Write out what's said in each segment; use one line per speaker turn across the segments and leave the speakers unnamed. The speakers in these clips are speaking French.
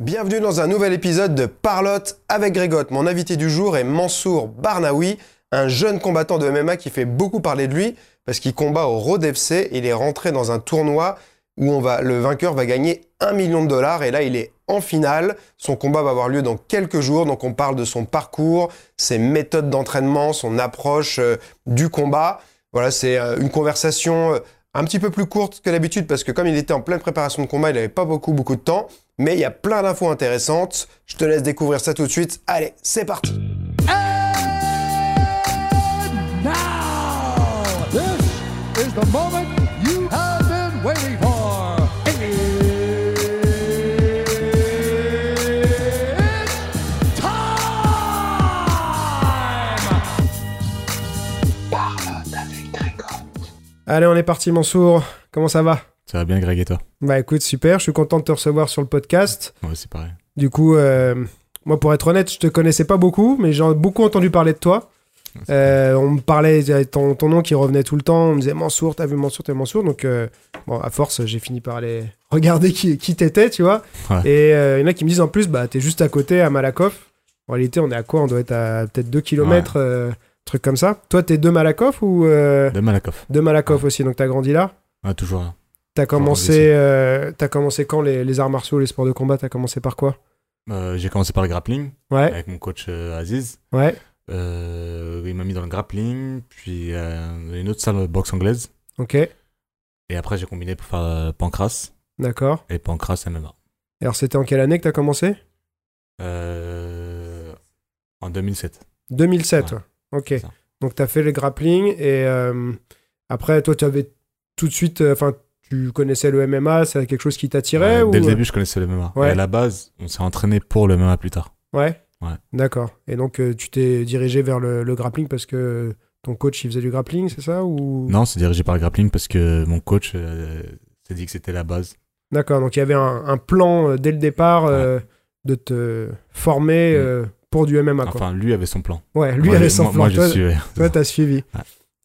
Bienvenue dans un nouvel épisode de Parlotte avec Grégotte. Mon invité du jour est Mansour Barnaoui, un jeune combattant de MMA qui fait beaucoup parler de lui parce qu'il combat au Road FC. Il est rentré dans un tournoi où on va, le vainqueur va gagner 1 million de dollars et là il est en finale. Son combat va avoir lieu dans quelques jours, donc on parle de son parcours, ses méthodes d'entraînement, son approche euh, du combat. Voilà, c'est euh, une conversation euh, un petit peu plus courte que d'habitude parce que comme il était en pleine préparation de combat, il n'avait pas beaucoup beaucoup de temps. Mais il y a plein d'infos intéressantes. Je te laisse découvrir ça tout de suite. Allez, c'est parti.
Now, this is the moment you have been waiting for. It's time!
Allez, on est parti, Mansour. Comment ça va
Ça va bien, Greg et toi
Bah écoute, super. Je suis content de te recevoir sur le podcast.
Ouais, c'est pareil.
Du coup, euh, moi, pour être honnête, je te connaissais pas beaucoup, mais j'ai beaucoup entendu parler de toi. Euh, on me parlait, il y avait ton, ton nom qui revenait tout le temps. On me disait Mansour, t'as vu Mansour, t'es Mansour. Donc, euh, bon, à force, j'ai fini par aller regarder qui, qui t'étais, tu vois.
Ouais.
Et euh, il y en a qui me disent en plus, bah, t'es juste à côté, à Malakoff. En réalité, on est à quoi On doit être à peut-être 2 km, truc comme ça. Toi, t'es de Malakoff ou euh,
De Malakoff.
de Malakoff aussi Donc, t'as grandi là
Ah, toujours là.
T'as
grandi
commencé,
ici.
euh, t'as commencé quand les, les arts martiaux, les sports de combat T'as commencé par quoi
Euh, j'ai commencé par le grappling
Ouais,
avec mon coach euh, Aziz.
ouais,
Euh, il m'a mis dans le grappling, puis euh, une autre salle de boxe anglaise.
ok,
Et après, j'ai combiné pour faire euh, Pancras
d'accord.
et Pancras MMA.
Et Alors, c'était en quelle année que t'as commencé
Euh, en 2007.
2007.
Ouais,
Ok.
c'est ça.
Donc tu as fait le grappling et euh, après toi tu avais tout de suite euh, enfin tu connaissais le MMA, c'est quelque chose qui t'attirait
Euh,
ou
Dès le début, je connaissais le MMA.
Ouais.
Et à la base, on s'est entraîné pour le MMA plus tard.
Ouais.
Ouais.
D'accord. Et donc euh, tu t'es dirigé vers le, le grappling parce que ton coach il faisait du grappling, c'est ça ou
Non, c'est dirigé par le grappling parce que mon coach euh, s'est dit que c'était la base.
D'accord. Donc il y avait un, un plan euh, dès le départ euh, de te former
Mm.
euh, pour du MMA quoi.
Enfin, lui avait son plan.
ouais, lui
Moi,
avait
j'ai-
son
moi-
plan.
Moi, je
Toi-
suis.
Toi, t'as suivi.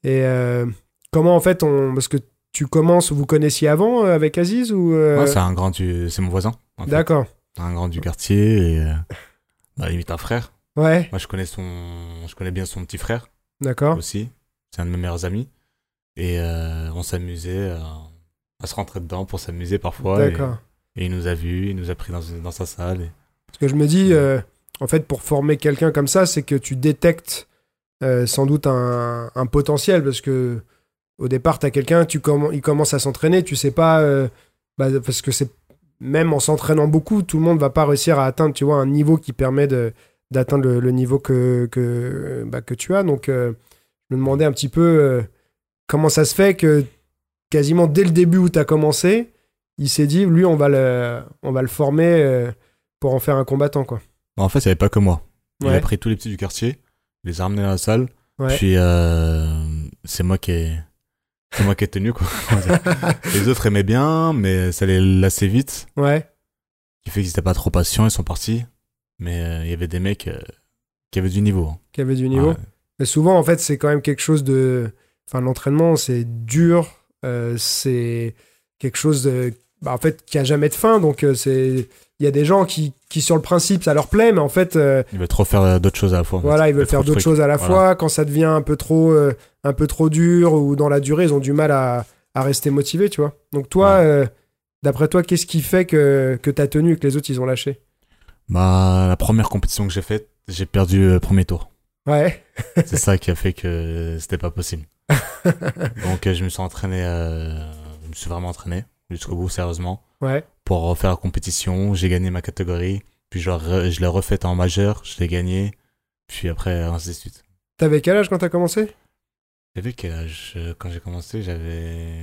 Et euh, comment, en fait, on. Parce que tu commences, vous connaissiez avant euh, avec Aziz ou. euh,
Ouais, c'est un grand du... C'est mon voisin. en fait.
D'accord.
Un grand du quartier et. euh, Bah, limite un frère.
Ouais,
Moi, je connais son. Je connais bien son petit frère
d'accord.
aussi. C'est un de mes meilleurs amis. Et euh, on s'amusait euh, à se rentrer dedans pour s'amuser parfois. Et,
D'accord.
et il nous a vus, il nous a pris dans, dans sa salle. et-
Parce que je me dis, euh, en fait, pour former quelqu'un comme ça, c'est que tu détectes euh, sans doute un, un potentiel. Parce que au départ, t'as quelqu'un, tu comm- il commence à s'entraîner, tu sais pas. euh, bah, parce que c'est. Même en s'entraînant beaucoup, tout le monde va pas réussir à atteindre, tu vois, un niveau qui permet de d'atteindre le, le niveau que, que, bah, que tu as. Donc, euh, je me demandais un petit peu euh, comment ça se fait que quasiment dès le début où tu as commencé, il s'est dit, lui, on va le, on va le former euh, pour en faire un combattant, quoi.
Bon, en fait, il n'y avait pas que moi. Il
Ouais.
a pris tous les petits du quartier, il les a ramenés dans la salle.
Ouais.
Puis euh, c'est moi qui ai. C'est moi qui ai tenu, quoi. les autres aimaient bien, mais ça les lassait vite.
ouais,
qui fait qu'ils étaient pas trop patients, ils sont partis. Mais euh, il y avait des mecs euh, qui avaient du niveau. hein.
qui avait du niveau.
Ouais.
Mais souvent, en fait, c'est quand même quelque chose de. Enfin, l'entraînement, c'est dur, euh, c'est quelque chose de. bah, en fait, qui a jamais de fin. Donc, euh, c'est. Il y a des gens qui, qui, sur le principe, ça leur plaît, mais en fait, euh,
Ils veulent trop faire euh, d'autres choses à la fois. en fait.
Voilà, ils veulent
trop
faire
de
d'autres
trucs.
choses à la
Voilà.
fois. Quand ça devient un peu trop, euh, un peu trop dur ou dans la durée, ils ont du mal à, à rester motivés, tu vois. Donc toi, euh, d'après toi, qu'est-ce qui fait que, que t'as tenu et que les autres, ils ont lâché
Bah, la première compétition que j'ai faite, j'ai perdu le premier tour.
Ouais,
C'est ça qui a fait que euh, c'était pas possible. Donc euh, je me suis entraîné, euh, je me suis vraiment entraîné jusqu'au bout, sérieusement,
ouais,
pour refaire la compétition. J'ai gagné ma catégorie, puis je, la re- je l'ai refaite en majeur, je l'ai gagné, puis après, ainsi de suite.
T'avais quel âge quand t'as commencé
J'avais quel âge euh, Quand j'ai commencé, j'avais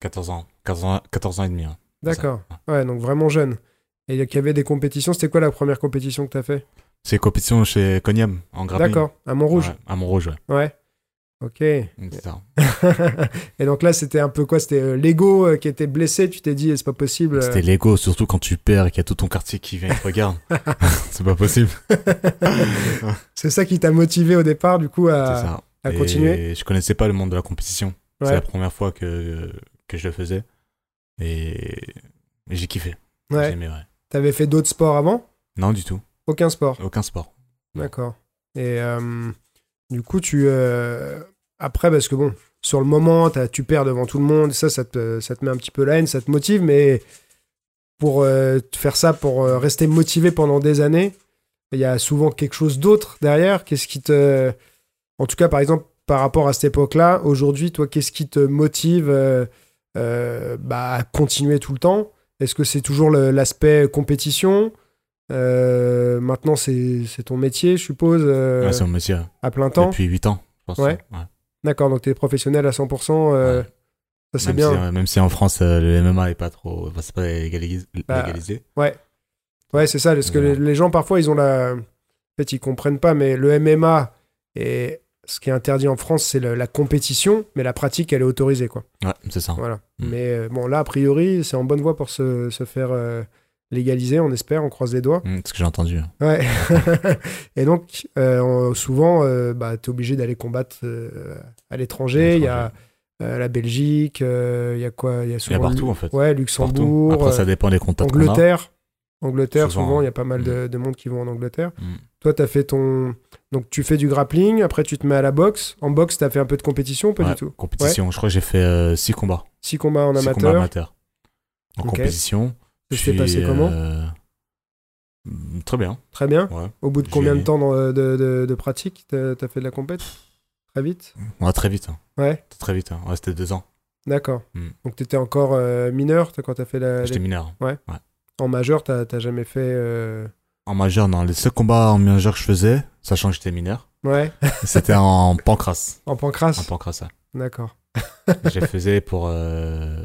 14 ans. 14 ans, 14 ans et demi. hein.
D'accord.
ça.
Ouais, donc vraiment jeune. Et il y avait des compétitions. C'était quoi la première compétition que t'as fait
C'est compétition chez Conium, en grappling.
D'accord, à Montrouge.
Ouais, à Montrouge, ouais.
Ouais. Ok.
Mm, C'est ça.
et donc là, c'était un peu quoi C'était euh, l'ego euh, qui était blessé. Tu t'es dit, eh, c'est pas possible. euh,
C'était l'ego, surtout quand tu perds et qu'il y a tout ton quartier qui vient et te regarde. c'est pas possible.
euh. c'est ça qui t'a motivé au départ, du coup,
c'est
à,
ça.
à
Ah. Et
continuer.
Je connaissais pas le monde de la compétition.
Ouais.
C'est la première fois que, que je le faisais. Et j'ai kiffé.
Ouais.
J'ai aimé, ouais.
T'avais fait d'autres sports avant
Non, du tout.
Aucun sport.
Aucun sport.
D'accord. Et euh, du coup, tu. euh, Après, parce que bon, sur le moment, t'as- tu perds devant tout le monde, ça, ça te, ça te met un petit peu la haine, ça te motive, mais pour euh, te faire ça, pour euh, rester motivé pendant des années, il y a souvent quelque chose d'autre derrière. Qu'est-ce qui te. En tout cas, par exemple, par rapport à cette époque-là, aujourd'hui, toi, qu'est-ce qui te motive euh, euh, bah, à continuer tout le temps Est-ce que c'est toujours le- l'aspect compétition Euh, Maintenant, c'est c'est ton métier, je suppose, euh,
Ouais, c'est mon métier.
à plein temps.
Depuis 8 ans, je pense.
Ouais. D'accord, donc tu es professionnel à 100%. euh,
Ouais.
Ça, c'est
Même,
bien.
Si, euh, même si en France, euh, le MMA est pas trop. enfin, c'est pas légalis- légalisé.
Bah, Ouais, c'est ça, parce que
Voilà.
les, les gens, parfois, ils ont la... En fait, ils comprennent pas, mais le MMA, et ce qui est interdit en France, c'est le- la compétition, mais la pratique, elle est autorisée, quoi.
Ouais, c'est ça.
Voilà.
Mm.
Mais euh, bon, là, a priori, c'est en bonne voie pour se, se faire euh, légaliser, on espère, on croise les doigts.
Mm, c'est ce que j'ai entendu.
Ouais. et donc, euh, on- souvent, euh, bah, tu es obligé d'aller combattre euh, à l'étranger. Il y a euh, la Belgique, euh, il y a quoi Il y a
Il y a
souvent.
partout, en fait.
Ouais,
Partout.
Luxembourg.
Après,
euh,
ça dépend des contacts qu'on a.
Angleterre. Angleterre,
Souvent,
souvent, il
hein.
y a pas mal de, de monde qui vont en Angleterre.
Mm.
Toi, tu as fait ton. Donc, tu fais du grappling, après, tu te mets à la boxe. En boxe, tu as fait un peu de compétition, pas
Ouais,
du tout.
Compétition. Je crois que j'ai fait 6 combats.
Six combats en
Six combats
amateur.
amateurs. En
Ok.
compétition.
Ça s'est
puis,
passé comment
euh, mm, Très bien.
Très bien.
Ouais.
Au bout de
J'ai-
combien de temps dans- euh, de, de- de pratique T'as as fait de la compète Très vite
Ouais, très vite. hein.
Ouais.
Très vite. hein. Ouais, c'était deux ans.
D'accord.
Mm.
Donc, tu étais encore euh, mineur t'as- quand tu as fait la.
J'étais
les-
mineur.
En majeur, tu n'as jamais fait. euh,
En majeur, non. Les seuls combats en majeur que je faisais, sachant que j'étais mineur,
Ouais,
c'était en pancras.
en
En
pancrace.
pancras, ouais.
D'accord.
Je les faisais pour. euh,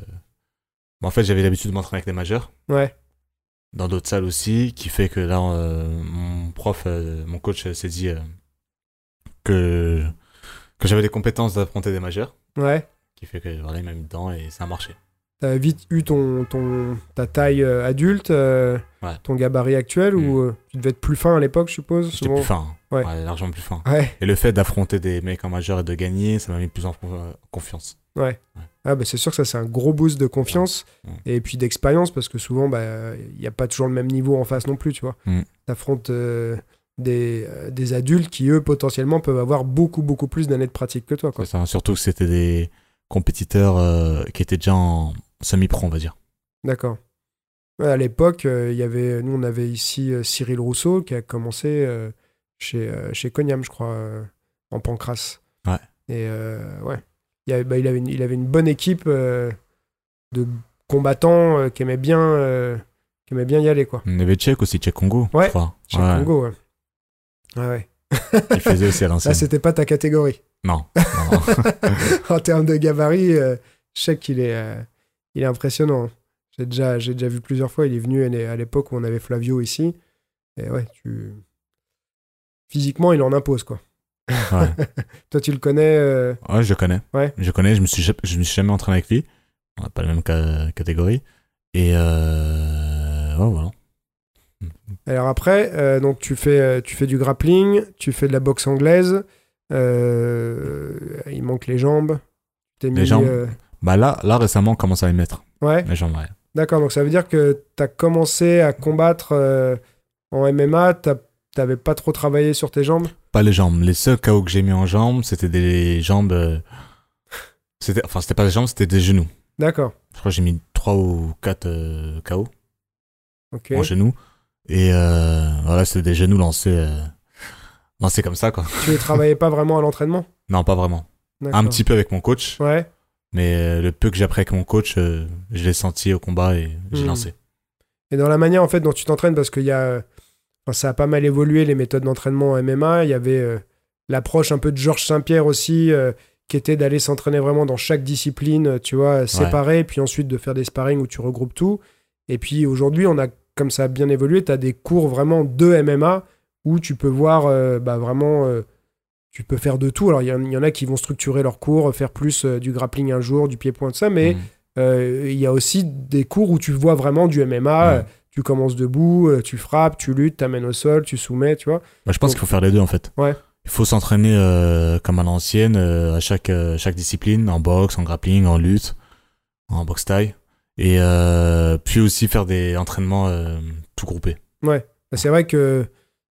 bon, en fait, j'avais l'habitude de m'entraîner avec des majeurs.
Ouais.
Dans d'autres salles aussi, qui fait que là, euh, mon prof, euh, mon coach euh, s'est dit euh, que, que j'avais les compétences d'affronter des majeurs.
Ouais.
Qui fait que voilà, il m'a mis dedans et ça a marché.
T'as vite eu ton, ton, ta taille euh, adulte, euh,
Ouais.
ton gabarit actuel,
Mm.
ou euh, tu devais être plus fin à l'époque, je suppose
J'étais
souvent.
plus fin. hein.
Ouais.
Ouais, largement plus fin.
Ouais,
Et le fait d'affronter des mecs en majeur et de gagner, ça m'a mis plus en euh, confiance.
ah, bah, c'est sûr que ça, c'est un gros boost de confiance
Ouais. Mm.
et puis d'expérience parce que souvent, il bah, n'y a pas toujours le même niveau en face non plus, tu vois.
Mm.
T'affrontes euh, des, euh, des adultes qui, eux, potentiellement, peuvent avoir beaucoup, beaucoup plus d'années de pratique que toi, quoi.
C'est ça, hein. surtout que c'était des compétiteurs euh, qui étaient déjà en semi-pro, on va dire.
D'accord. Ouais, à l'époque, euh, il y avait, nous, on avait ici euh, Cyril Rousseau qui a commencé euh, chez, euh, chez Cognam, je crois, euh, en Pancras.
Ouais.
Et euh, ouais. Il, y avait, bah, il, avait une, il avait une bonne équipe euh, de combattants euh, qui, aimaient bien, euh, qui aimaient bien y aller, quoi.
On avait Tchèque aussi, Tchèque Congo,
Ouais,
je crois.
Chez
Ouais,
Congo, ouais. Ouais, ouais.
Qui faisait aussi à
Là,
l'ancienne.
c'était pas ta catégorie.
non. non, non.
en termes de gabarit, euh, je sais qu'il est, euh, il est impressionnant. J'ai déjà, j'ai déjà vu plusieurs fois. Il est venu à l'é- à l'époque où on avait Flavio ici. Et ouais, tu... physiquement, il en impose quoi.
Ouais.
Toi, tu le connais. euh,
Ouais, je le connais.
Ouais.
Je le connais, je me suis, ja- je me suis jamais entraîné avec lui. On n'a pas la même ca- catégorie. Et euh... ouais, voilà.
Alors après, euh, donc tu fais, euh, tu fais du grappling, tu fais de la boxe anglaise. euh, Il manque les jambes. T'es mis,
jambes.
euh,
Bah là, là récemment, on commence à les mettre.
Ouais.
Les jambes, ouais.
D'accord, donc ça veut dire que tu as commencé à combattre euh, en MMA, t'as- t'avais pas trop travaillé sur tes jambes
Pas les jambes. Les seuls KO que j'ai mis en jambes, c'était des jambes. euh, C'était, enfin, c'était pas des jambes, c'était des genoux.
D'accord,
Je crois que j'ai mis 3 ou 4 KO
ok.
en genoux. Et euh, voilà, c'était des genoux lancés, euh, lancés comme ça, quoi.
Tu ne travaillais pas vraiment à l'entraînement
Non, pas vraiment.
D'accord.
Un petit peu avec mon coach,
Ouais.
mais euh, le peu que j'ai appris avec mon coach, euh, je l'ai senti au combat et j'ai
Hmm.
lancé.
Et dans la manière en fait dont tu t'entraînes, parce qu'il y a, euh, enfin, ça a pas mal évolué les méthodes d'entraînement en MMA. Il y avait euh, l'approche un peu de Georges Saint-Pierre aussi, euh, qui était d'aller s'entraîner vraiment dans chaque discipline, euh, tu vois, séparée, puis ensuite de faire des sparring où tu regroupes tout. Et puis aujourd'hui, on a comme ça a bien évolué, tu as des cours vraiment de MMA où tu peux voir euh, bah, vraiment. euh, tu peux faire de tout. Alors, il y, en- il y en a qui vont structurer leurs cours, faire plus euh, du grappling un jour, du pied-point, de ça, mais
Hmm.
euh, il y a aussi des cours où tu vois vraiment du MMA.
Ouais.
euh, tu commences debout, euh, tu frappes, tu luttes, t'amènes au sol, tu soumets, tu vois.
Moi, je pense
Donc-
qu'il faut faire les deux, en fait.
Ouais.
Il faut s'entraîner euh, comme à l'ancienne, euh, à chaque, euh, chaque discipline, en boxe, en grappling, en lutte, en boxe taille. Et euh, puis aussi faire des entraînements euh, tout groupés.
Bah, C'est vrai que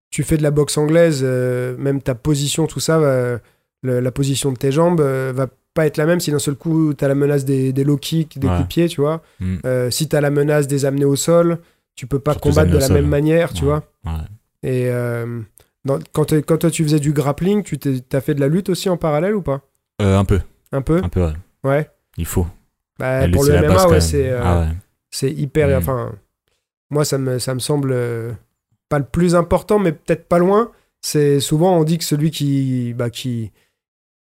tu fais de la boxe anglaise, euh, même ta position, tout ça, va- le- la position de tes jambes euh, va pas être la même si d'un seul coup tu as la menace des, des low kicks, des
Ouais.
coups de pied, tu vois.
Mm.
Euh, si tu as la menace des amenés au sol, tu peux pas
Surtout les
combattre de
amenés
la
au sol,
même
ouais.
manière, tu
Ouais.
vois.
Ouais.
Et euh, dans- quand, t'es- quand toi tu faisais du grappling, tu t'es- t'as fait de la lutte aussi en parallèle ou pas
Euh, un peu,
Un peu
un peu, ouais.
Ouais.
Il faut.
Bah,
La lutte,
pour
c'est
le
la base,
MMA,
quand
ouais,
même.
c'est euh,
Ah ouais.
c'est hyper.
Mm.
Enfin, moi, ça me, ça me semble euh, pas le plus important, mais peut-être pas loin. C'est souvent on dit que celui qui, bah, qui,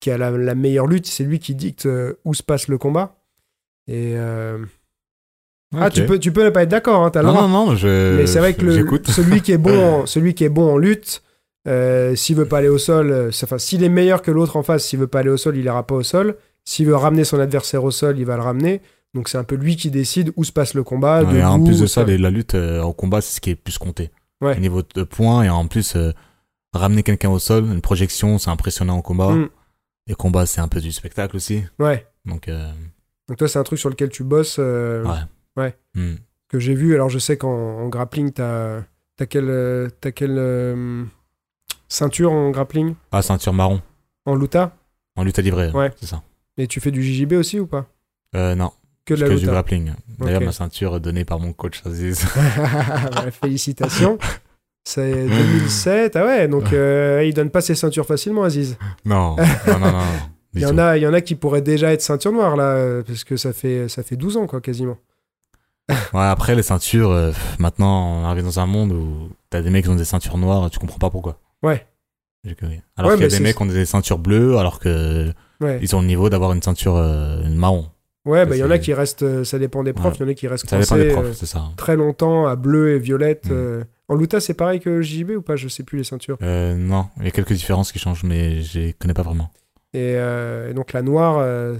qui a la, la meilleure lutte, c'est lui qui dicte euh, où se passe le combat. Et euh, ah,
Ok.
tu peux, tu peux ne pas être d'accord, hein, t'as le
Non,
droit.
non, non, je.
Mais c'est vrai que le-
Euh, J'écoute.
celui qui est bon, en, celui qui est bon en lutte, euh, s'il veut pas aller au sol, euh, c'est- enfin s'il est meilleur que l'autre en face, s'il veut pas aller au sol, il ira pas au sol. S'il veut ramener son adversaire au sol, il va le ramener. Donc c'est un peu lui qui décide où se passe le combat.
Ouais,
debout,
en plus de
où
ça,
se-
les- la lutte euh, en combat, c'est ce qui est plus compté.
Ouais.
Au niveau de points, et en plus, euh, ramener quelqu'un au sol, une projection, c'est impressionnant en combat.
Mm.
Les combats, c'est un peu du spectacle aussi.
Ouais.
Donc, euh,
Donc toi c'est un truc sur lequel tu bosses euh,
ouais.
ouais.
Mm.
que j'ai vu. Alors je sais qu'en en grappling t'as t'as quelle euh, t'as quelle euh, ceinture en grappling
Ah, ceinture marron,
en luta
en lutte à livrer. euh,
Ouais.
C'est ça.
et tu fais du JJB aussi ou pas
Euh, non,
que de la
que du
luta.
grappling. D'ailleurs,
Ok.
ma ceinture est donnée par mon coach Aziz.
Bah, Félicitations. C'est 2007. Ah ouais, donc euh, il donne pas ses ceintures facilement, Aziz.
non, non, non, non. non,
Il
du
y,
tout.
en a, il y en a qui pourraient déjà être ceinture noire, là, euh, parce que ça fait, ça fait 12 ans, quoi, quasiment.
Ouais, après, les ceintures, euh, pff, maintenant, on arrive dans un monde où t'as des mecs qui ont des ceintures noires, tu comprends pas pourquoi.
Ouais.
J'ai compris. Alors
Ouais,
qu'il y a
mais
des
c'est-
mecs qui ont des ceintures bleues, alors que
Ouais,
ils ont le niveau d'avoir une ceinture euh, une marron.
ouais bah, il y en a
c'est-
qui restent, euh, ça dépend des profs,
Ouais.
il y en a qui restent
Ça dépend des
coincés,
profs,
euh,
c'est ça. hein.
très longtemps à bleu et violette.
Mm.
euh. En Luta, c'est pareil que JB ou pas Je sais plus les ceintures.
Euh, non, il y a quelques différences qui changent, mais je les connais pas vraiment.
Et, euh, et donc la noire, euh,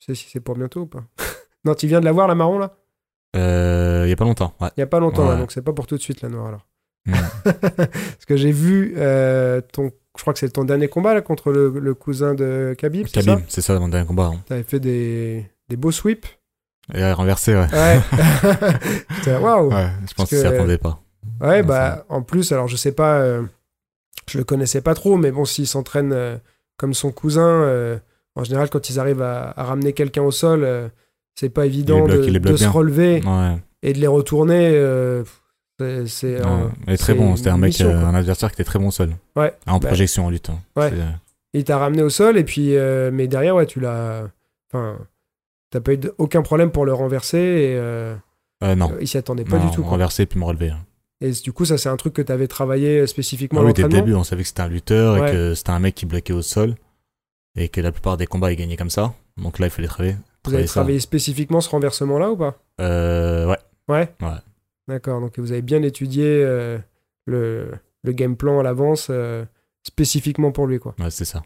tu sais si c'est pour bientôt ou pas Non, tu viens de la voir, la marron, là
Euh, il y a pas longtemps, ouais.
Il n'y a pas longtemps, là,
Ouais.
donc c'est pas pour tout de suite la noire alors.
Mm.
Parce que j'ai vu euh, ton. Je crois que c'est ton dernier combat là, contre le, le cousin de Khabib, c'est ça
Khabib, c'est ça, mon dernier combat. hein.
T'avais fait des, des beaux sweeps.
Et euh, renversé, ouais.
Ouais. Putain, Waouh
Ouais, je pense
Ah, Parce
que ça
que-
attendait pas.
Ouais, bah en plus, alors je sais pas, euh, je le connaissais pas trop, mais bon, s'il s'entraîne euh, comme son cousin, euh, en général, quand ils arrivent à, à ramener quelqu'un au sol, euh, c'est pas évident
bloque, il
de,
les bloque
de se
bien.
relever
Ouais.
et de les retourner. euh, pff, c'est- c'est. euh,
ouais. Il est très
c'est
bon, c'était un
une
mec,
mission,
euh,
quoi.
un adversaire qui était très bon seul.
Ouais.
En
Bah,
projection, en lutte. hein.
ouais.
C'est, euh,
Il t'a ramené au sol, et puis, euh, mais derrière, ouais, tu l'as. Enfin, t'as pas eu de- aucun problème pour le renverser, et euh,
euh, non.
il s'y attendait pas
Non,
du tout. quoi.
renversé puis me relever.
Et du coup, ça, c'est un truc que t'avais travaillé euh, spécifiquement
Ah
à
oui, dès le
l'entraînement.
début, on savait que c'était un lutteur
Ouais.
et que c'était un mec qui bloquait au sol et que la plupart des combats, il gagnait comme ça. Donc là, il fallait travailler.
Vous avez
ça.
travaillé spécifiquement ce renversement-là ou pas
Euh, ouais.
Ouais.
Ouais.
D'accord, donc vous avez bien étudié euh, le, le game plan à l'avance, euh, spécifiquement pour lui, quoi.
ouais, c'est ça.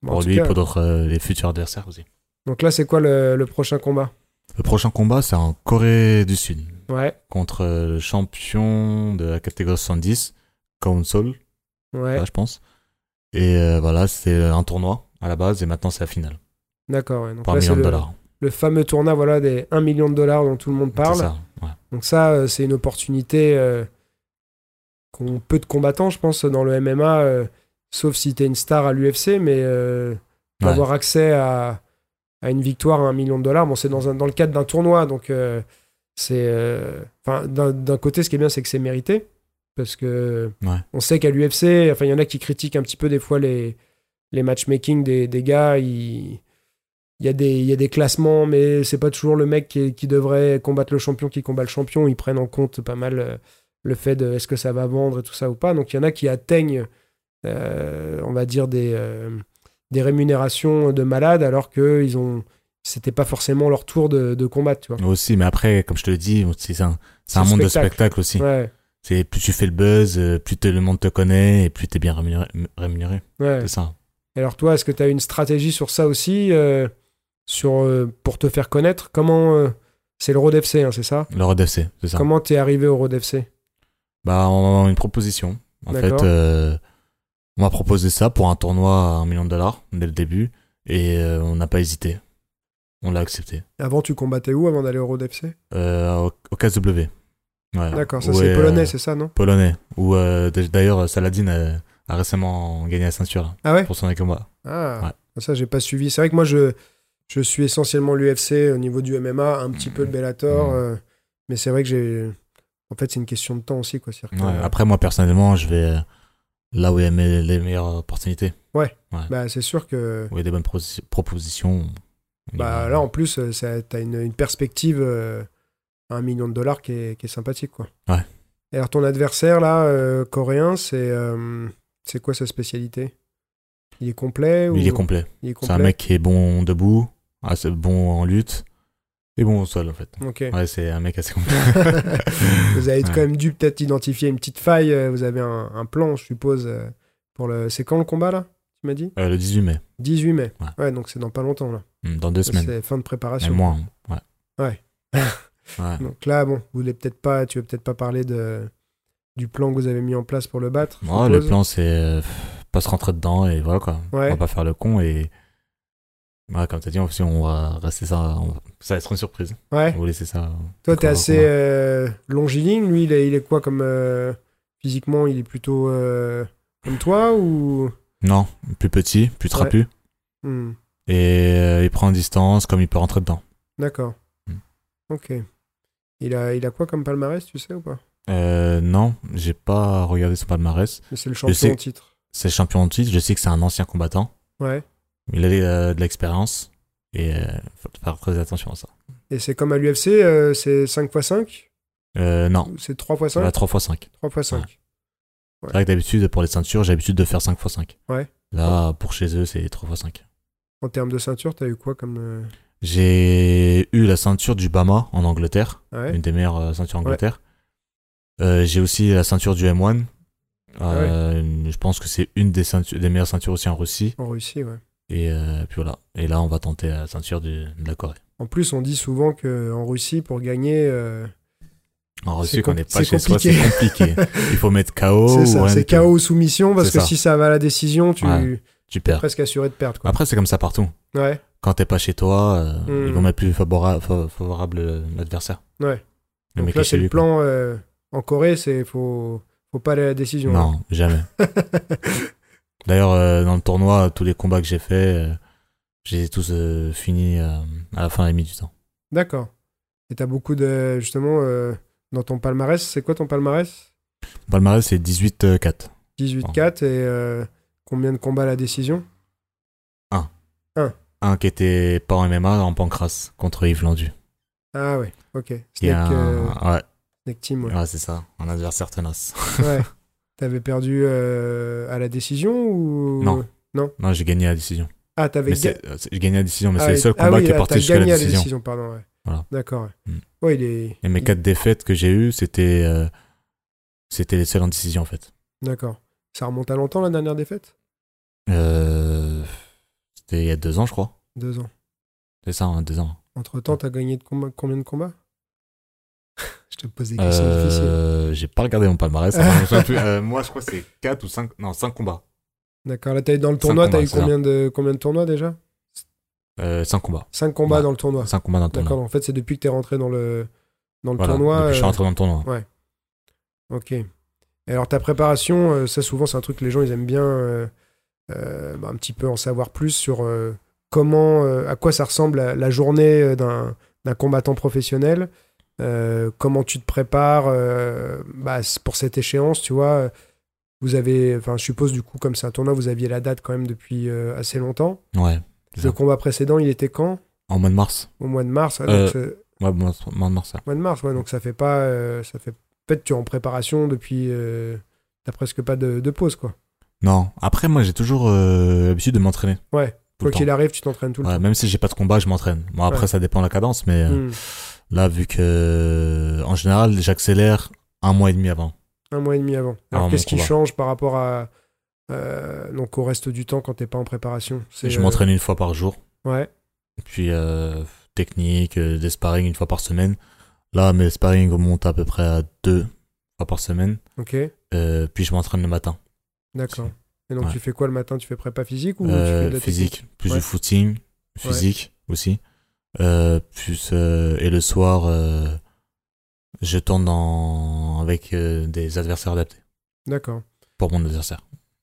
Bon, en
pour
tout
lui
cas,
et pour d'autres, euh, les futurs adversaires aussi.
Donc là, c'est quoi le, le prochain combat
Le prochain combat, c'est en Corée du Sud
Ouais,
contre euh, le champion de la catégorie 110, Kaun Sol,
ouais,
là, je pense. Et euh, voilà, c'est un tournoi à la base et maintenant c'est la finale
d'accord. ouais. Donc
par
là, c'est
million de
le,
dollars.
le fameux tournoi voilà, des 1 million de dollars dont tout le monde
C'est
parle.
ça. ouais.
Donc ça, euh, c'est une opportunité euh, qu'ont peu de combattants, je pense, dans le MMA, euh, sauf si t'es une star à l'UFC, mais euh, d'avoir accès à, à une victoire à un million de dollars, bon, c'est dans, un- dans le cadre d'un tournoi, donc euh, c'est... euh, Enfin, d'un- d'un côté, ce qui est bien, c'est que c'est mérité, parce que
Ouais.
on sait qu'à l'UFC, enfin, il y en a qui critiquent un petit peu des fois les, les matchmaking des, des gars, ils... Il y, a des, il y a des classements, mais c'est pas toujours le mec qui, est- qui devrait combattre le champion qui combat le champion. Ils prennent en compte pas mal euh, le fait de est-ce que ça va vendre et tout ça ou pas. Donc il y en a qui atteignent, euh, on va dire, des, euh, des rémunérations de malades alors que ils ont c'était pas forcément leur tour de, de combattre, tu vois.
Aussi, mais après, comme je te le dis, c'est un, c'est
C'est
un monde de
spectacle.
spectacle aussi.
Ouais,
C'est plus tu fais le buzz, euh, plus te- le monde te connaît et plus t'es bien rémunéré. rémunéré.
ouais.
C'est ça.
Et Alors toi, est-ce que tu as une stratégie sur ça aussi euh, sur, euh, pour te faire connaître Comment... euh, c'est le Road FC, hein, c'est ça
Le Red FC, c'est ça.
Comment t'es arrivé au Road FC
Bah, on a une proposition. En
D'accord.
fait, euh, on m'a proposé ça pour un tournoi à un million de dollars dès le début et euh, on n'a pas hésité. on l'a accepté.
Avant, tu combattais où avant d'aller au Road FC
Euh, au, au KSW. Ouais.
D'accord, ça
Où
c'est
est,
polonais,
euh,
c'est ça, non
polonais. Où euh, d- d'ailleurs Saladin euh, a récemment gagné la ceinture
Ah ouais
pour son combat.
Ah, ça j'ai pas suivi. C'est vrai que moi je, je suis essentiellement l'UFC euh, au niveau du MMA, un petit peu le Bellator,
Mhm.
euh, mais c'est vrai que j'ai. En fait, c'est une question de temps aussi, quoi. c'est-à-dire que,
Ouais, Après, moi personnellement, je vais euh, là où il y a mes- les meilleures opportunités,
bah, c'est sûr que
où il y a des bonnes pro- propositions. on y
bah,
va.
là, en plus, euh, ça- t'as une, une perspective euh, à un million de dollars qui est, qui est sympathique, quoi.
Ouais.
Et alors, ton adversaire, là, euh, coréen, c'est euh, c'est quoi sa spécialité Il est complet ou...
Mais il est complet.
Il est
C'est un
complet.
mec qui est bon debout, assez bon en lutte et bon au sol en fait.
Ok.
Ouais, c'est un mec assez complet.
vous avez
Ouais.
quand même dû peut-être identifier une petite faille. euh, Vous avez un, un plan, je suppose, euh, pour le. C'est quand le combat là Tu m'as dit
Euh, le 18 mai,
18 mai.
Ouais.
Ouais, donc c'est dans pas longtemps là.
Mm, dans deux semaines.
C'est fin de
Même
préparation.
moins. hein. Ouais.
Ouais.
Ouais.
Donc là, bon, vous voulez peut-être pas, tu veux peut-être pas parler de du plan que vous avez mis en place pour le battre. je
Oh, le
suppose.
plan, c'est euh, pas se rentrer dedans et voilà quoi.
Ouais.
On va pas faire le con et. Ouais, comme t'as dit, aussi, on va rester ça. on- Ça va être une surprise.
Ouais.
On va laisser ça.
Toi, t'es
Encore-
assez euh, longiligne. Lui, il est, il est quoi comme euh, physiquement Il est plutôt euh, comme toi ou
Non, plus petit, plus trapu.
Hmm,
Et euh, il prend distance comme il peut rentrer dedans.
D'accord.
Hmm.
Ok. Il a, il a quoi comme palmarès, tu sais ou pas
Euh, non, j'ai pas regardé son palmarès.
Mais c'est le champion
sais-
en titre.
C'est champion de titre. Je sais que c'est un ancien combattant.
Ouais.
Il a euh, de l'expérience. Et euh, faut faire très attention à ça.
Et c'est comme à l'UFC, euh, c'est 5 x 5
Euh, non,
C'est 3 x
ça
5
va 3 x 5.
3 x 5.
C'est vrai que d'habitude, pour les ceintures, j'ai l'habitude de faire 5 x 5.
Ouais.
Là, pour chez eux, c'est 3 x 5.
En termes de ceinture, t'as eu quoi comme. euh,
J'ai eu la ceinture du Bama en Angleterre,
Ouais.
une des meilleures euh, ceintures en Angleterre. Euh, j'ai aussi la ceinture du M1.
Ah
Euh, une- Je pense que c'est une des, ceintures, des meilleures ceintures aussi en Russie.
En Russie, ouais.
Et euh, puis voilà. Et là, on va tenter la ceinture du- de la Corée.
En plus, on dit souvent qu'en Russie, pour gagner. euh,
En
C'est
Russie, quand on
com-
n'est pas
c'est
chez soi, c'est compliqué. Il faut mettre KO.
c'est
ou
ça,
rien
c'est
du tout.
KO ou soumission, parce
Oh, C'est
que
ça.
si ça va à la décision, tu
Ouais. Tu
es
perds.
presque assuré de perdre. Quoi.
Après, c'est comme ça partout.
Ouais,
Quand t'es pas chez toi, euh,
Hmm.
ils vont mettre plus favora- fa- favorable euh, l'adversaire.
ouais.
Le
Donc
mec
là,
est chez
c'est le
lui, quoi.
plan. euh, en Corée, c'est faut, faut pas aller à la décision. hein.
Non, jamais. D'ailleurs, euh, dans le tournoi, tous les combats que j'ai faits, euh, j'ai tous euh, fini euh, à la fin à la mi-temps.
D'accord. Et t'as beaucoup de. Justement, euh, dans ton palmarès, c'est quoi ton palmarès
Palmarès, c'est euh, 18-4.
18-4 et euh, combien de combats à la décision
Un qui était pas en MMA, en pancras, contre Yves Landu.
Ah ouais, ok.
Qui est
Snake,
un-
euh,
ouais,
Snake Team, ouais.
ouais, c'est ça, un adversaire tenace.
Ouais. T'avais perdu euh, à la décision ou
Non. non, j'ai gagné la décision.
Ah, t'avais
Mais
ga-
c'est- euh, c'est- J'ai gagné la décision, mais
Ah
c'est le
oui,
seul
ah
combat
oui,
qui est
ah,
parti
t'as
jusqu'à la
gagné à
décision.
pardon. Ouais.
Voilà.
D'accord. Ouais.
Mm.
Ouais, il est.
Et mes
il-
quatre défaites que j'ai eues, c'était euh, c'était les seules en décision, en fait.
D'accord. Ça remonte à longtemps la dernière défaite
Euh, c'était il y a deux ans, je crois.
Deux ans.
C'est ça, hein, deux ans.
Entre temps, t'as gagné de comba- combien de combats Je te pose des questions difficiles.
Euh, j'ai pas regardé mon palmarès. ça me souvient plus. Euh, moi, je crois que c'est 4 ou 5... Non, 5 combats.
D'accord. Là, t'as eu dans le tournoi, t'as
combats,
eu
c'est ça.
combien de combien de tournois déjà
Euh, 5 combats.
Cinq combats
Ouais.
dans le tournoi.
5 combats dans le tournoi.
D'accord. En fait, c'est depuis que t'es rentré dans le dans le
Voilà,
tournoi.
depuis que je suis
euh,
rentré dans le tournoi.
Ok. Et alors ta préparation, euh, ça souvent c'est un truc que les gens ils aiment bien euh, euh, bah, un petit peu en savoir plus sur euh, comment, euh, à quoi ça ressemble la, la journée euh, d'un d'un combattant professionnel. euh, comment tu te prépares euh, bah, c- pour cette échéance, tu vois euh, Vous avez, enfin, je suppose du coup comme c'est un tournoi, vous aviez la date quand même depuis euh, assez longtemps.
Ouais. C'est
Le
ça.
combat précédent, il était quand
En mois de mars.
Au mois de mars. ah,
Euh,
donc, euh,
Ouais, mois mois de mars. ouais.
mois de mars, ouais, donc ça fait pas. euh, ça fait... En fait, tu es en préparation depuis. euh, T'as presque pas de, de pause, quoi.
Non. Après, moi, j'ai toujours euh, l'habitude de m'entraîner.
Ouais.
Tout le
Quoi
temps.
qu'il arrive, tu t'entraînes tout le
Ouais, même si j'ai pas de combat, je m'entraîne. Bon, après,
Ouais.
ça dépend de la cadence, mais
temps.
euh,
Hmm.
là, vu que en général, j'accélère un mois et demi avant.
Un mois et demi avant. Alors,
mon
qu'est-ce qui
combat.
change par rapport à. euh, donc, au reste du temps quand t'es pas en préparation C'est,
Je
euh,
m'entraîne une fois par jour,
Ouais,
puis euh, technique, euh, des sparring une fois par semaine. Là, mes sparring montent à peu près à deux fois par semaine.
ok,
Euh, puis je m'entraîne le matin.
d'accord. Et donc,
Ouais.
tu fais quoi le matin Tu fais prépa physique ou tu
Euh,
fais de la technique
physique, plus
Ouais.
du footing, physique aussi. Euh, plus, euh, et le soir, euh, je tourne dans, avec euh, des adversaires adaptés
D'accord.
pour mon adversaire.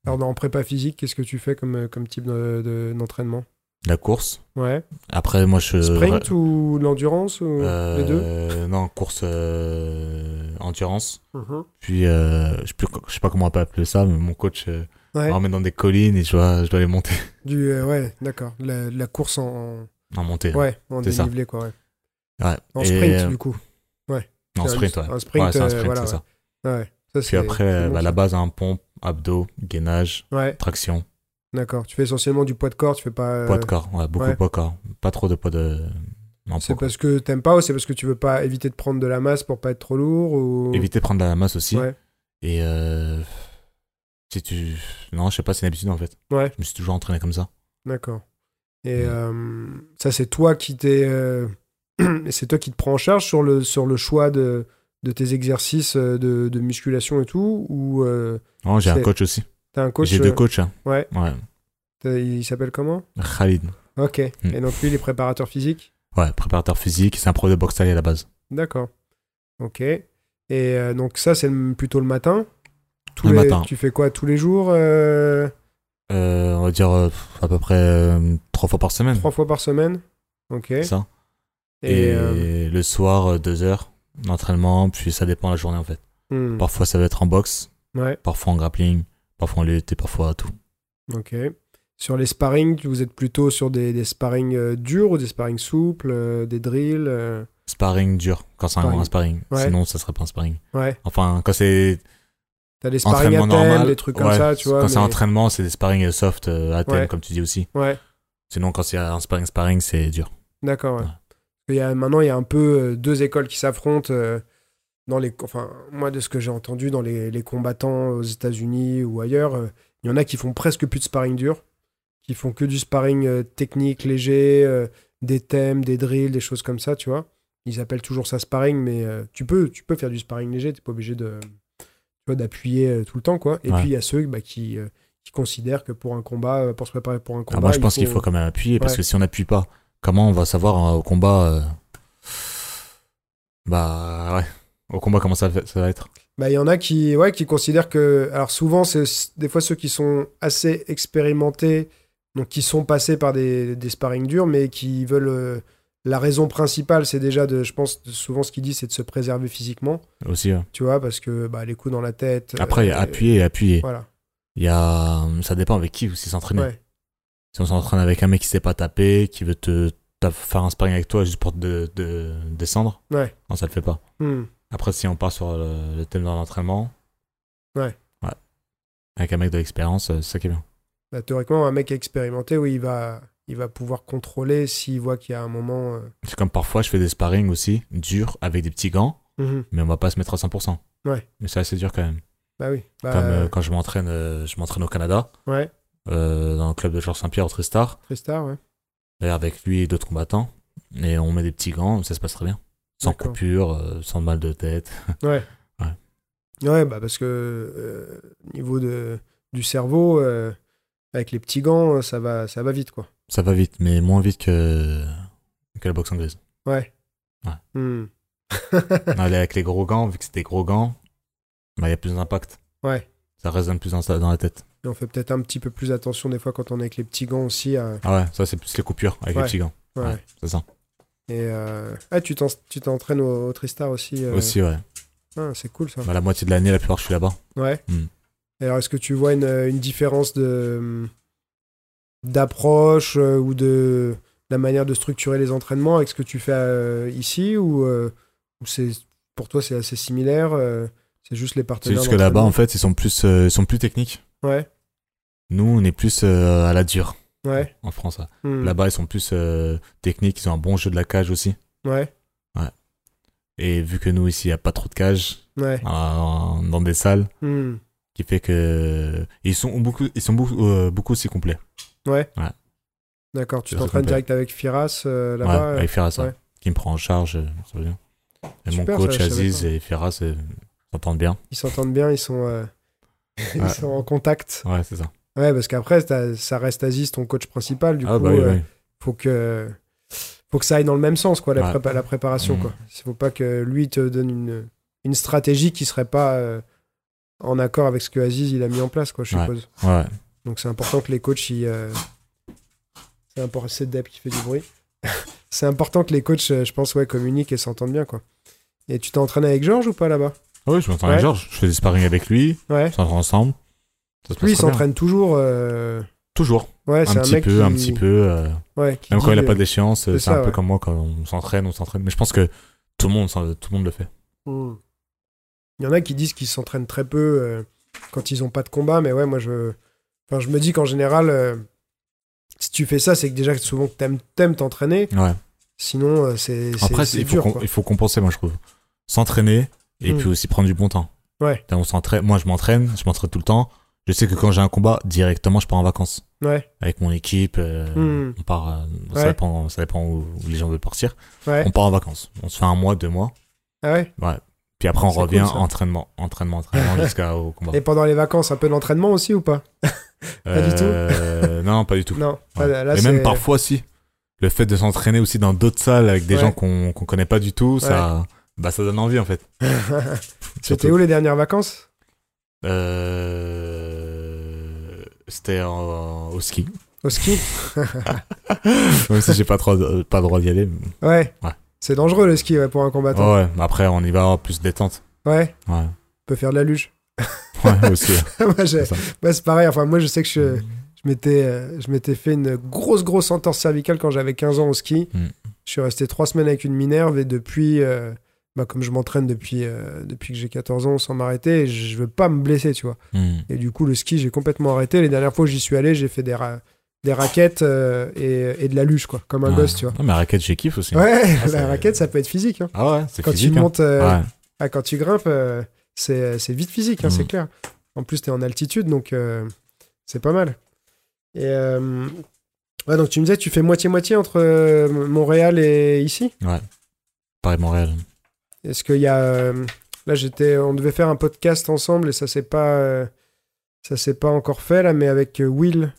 Alors, dans- en prépa physique, qu'est-ce que tu fais comme, euh, comme type de- de- d'entraînement
La course.
Ouais.
Après, moi, je.
Sprint ou de l'endurance ou
Euh,
les deux
Non, course euh, endurance.
Mhm.
Puis, euh, je sais plus- je sais pas comment on peut appeler ça, mais mon coach euh,
Ouais.
m'emmène dans des collines et je dois, je dois les monter.
Du, euh, ouais, d'accord. De La, de la course en,
En montée.
en- ouais, en
c'est ça.
dénivelé, quoi. ouais.
Ouais.
En
Et,
sprint,
euh,
du coup.
En
Un-
sprint, ouais.
un sprint,
Ouais, c'est un
euh,
sprint,
voilà,
c'est ça.
Ouais. Ça,
Puis
c'est-
après,
c'est
euh,
bon,
bah,
ça.
la base, un pompe, abdos, gainage,
Ouais,
traction,
d'accord. Tu fais essentiellement du poids de corps, tu fais pas. euh,
poids de corps. Ouais, beaucoup
ouais.
de poids de corps. Pas trop de poids de. en
euh,
poids de
C'est parce que t'aimes pas ou c'est parce que tu veux pas éviter de prendre de la masse pour pas être trop lourd ou...
corps. Éviter de prendre de la masse aussi.
Ouais.
Et. euh, si tu. Non, je sais pas, c'est une habitude en fait.
Ouais.
Je me suis toujours entraîné comme ça.
D'accord. Et
Mm.
euh, ça, c'est toi qui t'es, euh, et c'est toi qui te prends en charge sur le sur le choix de de tes exercices euh, de, de musculation et tout ou euh,
Non, j'ai un
C'est-
coach aussi.
t'as un coach
j'ai
euh,
deux coachs. hein.
ouais.
Ouais.
t'as- Il s'appelle comment
Khalid.
Ok.
Hmm.
Et donc lui, il est préparateur physique.
Ouais, préparateur physique, c'est un prof de boxe thaï à la base.
D'accord. Ok. Et euh, donc ça, c'est le- plutôt le matin. Tous
Le
les-
matin.
Tu fais quoi tous les jours euh,
Euh, on va dire euh, pff, à peu près euh, trois fois par semaine.
Trois fois par semaine. Ok. Et,
Ça. Et,
euh,
le soir, euh, deux heures d'entraînement, puis ça dépend de la journée en fait.
hmm,
Parfois ça va être en boxe,
ouais.
parfois en grappling, parfois en lutte et parfois tout.
Ok. Sur les sparring, vous êtes plutôt sur des, des sparring euh, durs ou des sparring souples, euh, des drills euh,
Sparring dur, quand c'est un,
Sparring.
un sparring.
Ouais.
Sinon, ça serait pas un sparring.
Ouais.
Enfin, quand c'est
T'as des sparring à
entraînement
thème,
normal,
des trucs comme
ouais,
ça, tu vois.
Quand c'est
mais-
entraînement, c'est des sparring euh, soft euh, à thème,
Ouais.
comme tu dis aussi.
Ouais,
Sinon, quand c'est un sparring sparring, c'est dur.
d'accord. ouais.
Ouais.
Il y a, maintenant, il y a un peu euh, deux écoles qui s'affrontent. euh, dans les, enfin, moi, de ce que j'ai entendu dans les, les combattants aux États-Unis ou ailleurs, euh, il y en a qui font presque plus de sparring dur, qui font que du sparring euh, technique, léger, euh, des thèmes, des drills, des choses comme ça, tu vois. Ils appellent toujours ça sparring, mais euh, tu, peux, tu peux faire du sparring léger, t'es pas obligé de tu vois, d'appuyer euh, tout le temps, quoi. Et
Ouais.
puis, il y a ceux bah, qui, euh, qui considèrent que pour un combat, euh, pour se préparer pour un
Ah,
combat.
moi, je
il
pense qu'il faut quand même appuyer parce
Ouais.
que si on n'appuie pas, comment on va savoir euh, au combat euh, Bah ouais. Au combat, comment ça, va- ça va être
Bah, il y en a qui, ouais, qui considèrent que. Alors, souvent, c'est s- des fois ceux qui sont assez expérimentés, donc qui sont passés par des, des sparring durs, mais qui veulent. euh, la raison principale, c'est déjà de. Je pense, de- souvent, ce qu'ils disent, c'est de se préserver physiquement,
aussi. ouais.
tu vois, parce que bah, les coups dans la tête.
Après, il y a
euh,
appuyer et appuyer.
Voilà.
Il y a, hum, ça dépend avec qui aussi s'entraîner.
Ouais.
Si on s'entraîne avec un mec qui sait pas taper, qui veut te, ta- faire un sparring avec toi juste pour te de, descendre,
Ouais.
non, ça le fait pas.
Hmm.
Après, si on part sur le, le thème de l'entraînement,
Ouais.
ouais. Avec un mec de l'expérience, euh, c'est ça qui est bien.
Bah, théoriquement, un mec expérimenté, oui, il va, il va pouvoir contrôler s'il voit qu'il y a un moment. euh,
C'est comme parfois, je fais des sparring aussi, durs, avec des petits gants,
mhm.
mais on va pas se mettre à 100%.
Ouais.
Mais c'est assez dur quand même.
Bah oui. Bah,
Comme euh, quand je m'entraîne, euh, je m'entraîne au Canada,
ouais,
euh, dans le club de Georges Saint-Pierre au Tristar,
très star, ouais.
d'ailleurs avec lui et d'autres combattants, et on met des petits gants, ça se passe très bien. Sans
D'accord.
coupure, euh, sans mal de tête.
Ouais, bah parce que euh, niveau de, du cerveau, euh, avec les petits gants, ça va, ça va vite, quoi.
Ça va vite, mais moins vite que, que la boxe anglaise.
Ouais.
Ouais.
Hmm.
Non, là, avec les gros gants, vu que c'est des gros gants, bah, il y a plus d'impact.
Ouais.
Ça résonne plus dans, sa- dans la tête.
Et on fait peut-être un petit peu plus attention des fois quand on est avec les petits gants aussi. à-
Ah ouais, ça c'est plus les coupures avec
Ouais.
les petits gants.
ouais.
Ouais, c'est ça.
Et euh, ah, tu t'en- tu t'entraînes au, au Tristar aussi. euh.
Aussi, ouais.
Ah, c'est cool ça.
Bah, la moitié de l'année, la plupart, je suis là-bas.
Ouais.
Hmm.
Et Alors, est-ce que tu vois une, euh, une différence de hum, d'approche euh, ou de la manière de structurer les entraînements avec ce que tu fais euh, ici ou, euh, ou c'est pour toi c'est assez similaire euh, C'est juste les
C'est
partenaires.
juste que là-bas, en
d'entraînement
fait, ils sont plus, euh, ils sont plus techniques.
Ouais,
Nous, on est plus euh, à la dure
ouais.
en France. ouais.
hmm,
Là-bas, ils sont plus euh, techniques. Ils ont un bon jeu de la cage aussi.
Ouais,
Et vu que nous, ici, il n'y a pas trop de cage
ouais.
euh, dans des salles,
hmm,
qui fait que. Ils sont beaucoup, ils sont beaucoup, euh, beaucoup aussi complets.
D'accord, tu
Ça, ça
t'entraînes
complète.
direct avec Firas euh,
ouais,
là-bas. euh,
avec Firas, ouais,
ouais.
qui me prend en charge. euh, ça va bien. Et
Super,
mon coach
ça, je savais
Aziz
pas.
et Firas euh, s'entendent bien.
Ils s'entendent bien, ils sont, euh, ils
Ouais.
sont en contact.
Ouais, c'est ça.
Ouais, parce qu'après, t'as- ça reste Aziz, ton coach principal. Du
ah
coup,
bah oui,
euh,
oui.
faut que faut que ça aille dans le même sens, quoi, la,
Ouais.
prépa- la préparation.
Mhm.
Quoi. Il faut pas que lui te donne une, une stratégie qui serait pas euh, en accord avec ce que Aziz il a mis en place, quoi, je
Ouais.
suppose.
Ouais.
Donc c'est important que les coachs ils, euh, c'est important c'est Depp qui fait du bruit. c'est important que les coachs euh, je pense ouais communiquent et s'entendent bien quoi. Et tu t'es entraîné avec Georges ou pas là-bas
Ah oui, je m'entends
Ouais.
avec Georges. Je fais des sparring avec lui.
Ouais.
On s'entraîne ensemble. Ça se passe
Lui il
très bien.
s'entraîne toujours euh,
Toujours.
ouais,
Un
c'est un,
petit
mec
peu,
qui
un petit peu. euh,
ouais, qui
Même quand
dit,
il a
euh,
pas d'échéance,
c'est
c'est un
ça,
peu
ouais.
comme moi quand on s'entraîne, on s'entraîne. Mais je pense que tout le monde, s'en- tout le monde le fait.
Hmm. Il y en a qui disent qu'ils s'entraînent très peu euh, quand ils n'ont pas de combat, mais ouais, moi je, enfin, je me dis qu'en général, euh, si tu fais ça, c'est que déjà souvent que t'aimes, t'aimes t'entraîner,
Ouais.
sinon euh, c'est, c'est,
Après,
c'est
il faut,
dur.
com-
quoi.
il faut compenser, moi, je trouve. S'entraîner et
Mm.
puis aussi prendre du bon temps.
Ouais.
Là, on s'entraîne, moi, je m'entraîne, je m'entraîne tout le temps. Je sais que quand j'ai un combat, directement, je pars en vacances.
Ouais.
Avec mon équipe, euh,
Mm.
on part, euh,
Ouais.
ça, dépend, ça dépend où, où les gens veulent partir.
Ouais.
On part en vacances. On se fait un mois, deux mois.
Ah ouais
Puis après, on
C'est
revient,
cool, ça.
entraînement, entraînement, entraînement, jusqu'au combat.
Et pendant les vacances, un peu d'entraînement aussi ou pas Eh, pas du tout.
Euh, non, non, pas du tout.
Non.
Ouais.
Là, là,
et
c'est-
même parfois, si. Le fait de s'entraîner aussi dans d'autres salles avec des
Ouais.
gens qu'on qu'on connaît pas du tout, ça, bah, ça donne envie en fait.
C'était
Surtout.
où les dernières vacances
Euh, C'était en- au ski.
Au ski
Même si j'ai pas, trop- euh, pas le droit d'y aller. mais-
ouais.
Ouais.
C'est dangereux le ski ouais, pour un combattant.
Ouais, mais après, on y va oh, plus détente.
Ouais.
Ouais,
On peut faire de la luge.
ouais aussi.
moi, j'ai-
c'est ça.
moi, c'est pareil. Enfin, moi, je sais que je, je m'étais, euh, je m'étais fait une grosse, grosse entorse cervicale quand j'avais 15 ans au ski.
Mm.
Je suis resté trois semaines avec une minerve et depuis, euh, bah, comme je m'entraîne depuis, euh, depuis que j'ai 14 ans sans m'arrêter, je veux pas me blesser, tu vois.
Hmm.
Et du coup, le ski, j'ai complètement arrêté. Les dernières fois où j'y suis allé, j'ai fait des, ra- des raquettes euh, et, et de la luge, quoi, comme un
Ouais.
gosse, tu vois.
Non, mais raquette, j'ai kiff aussi.
Ouais,
Ah, c'est-
la raquette, ça peut être physique. hein.
Ah ouais, c'est
Quand
physique.
tu
hein.
montes, euh,
Ouais.
ah, quand tu grimpes, euh, c'est c'est vite physique, hein,
Mm.
c'est clair. En plus, tu es en altitude, donc euh, c'est pas mal. Et euh, ouais, donc tu me disais, tu fais moitié-moitié entre euh, Montréal et ici
Paris, Montréal.
Est-ce qu'il y a. euh, là, j'étais, on devait faire un podcast ensemble et ça s'est pas, euh, ça s'est pas encore fait là, mais avec euh, Will.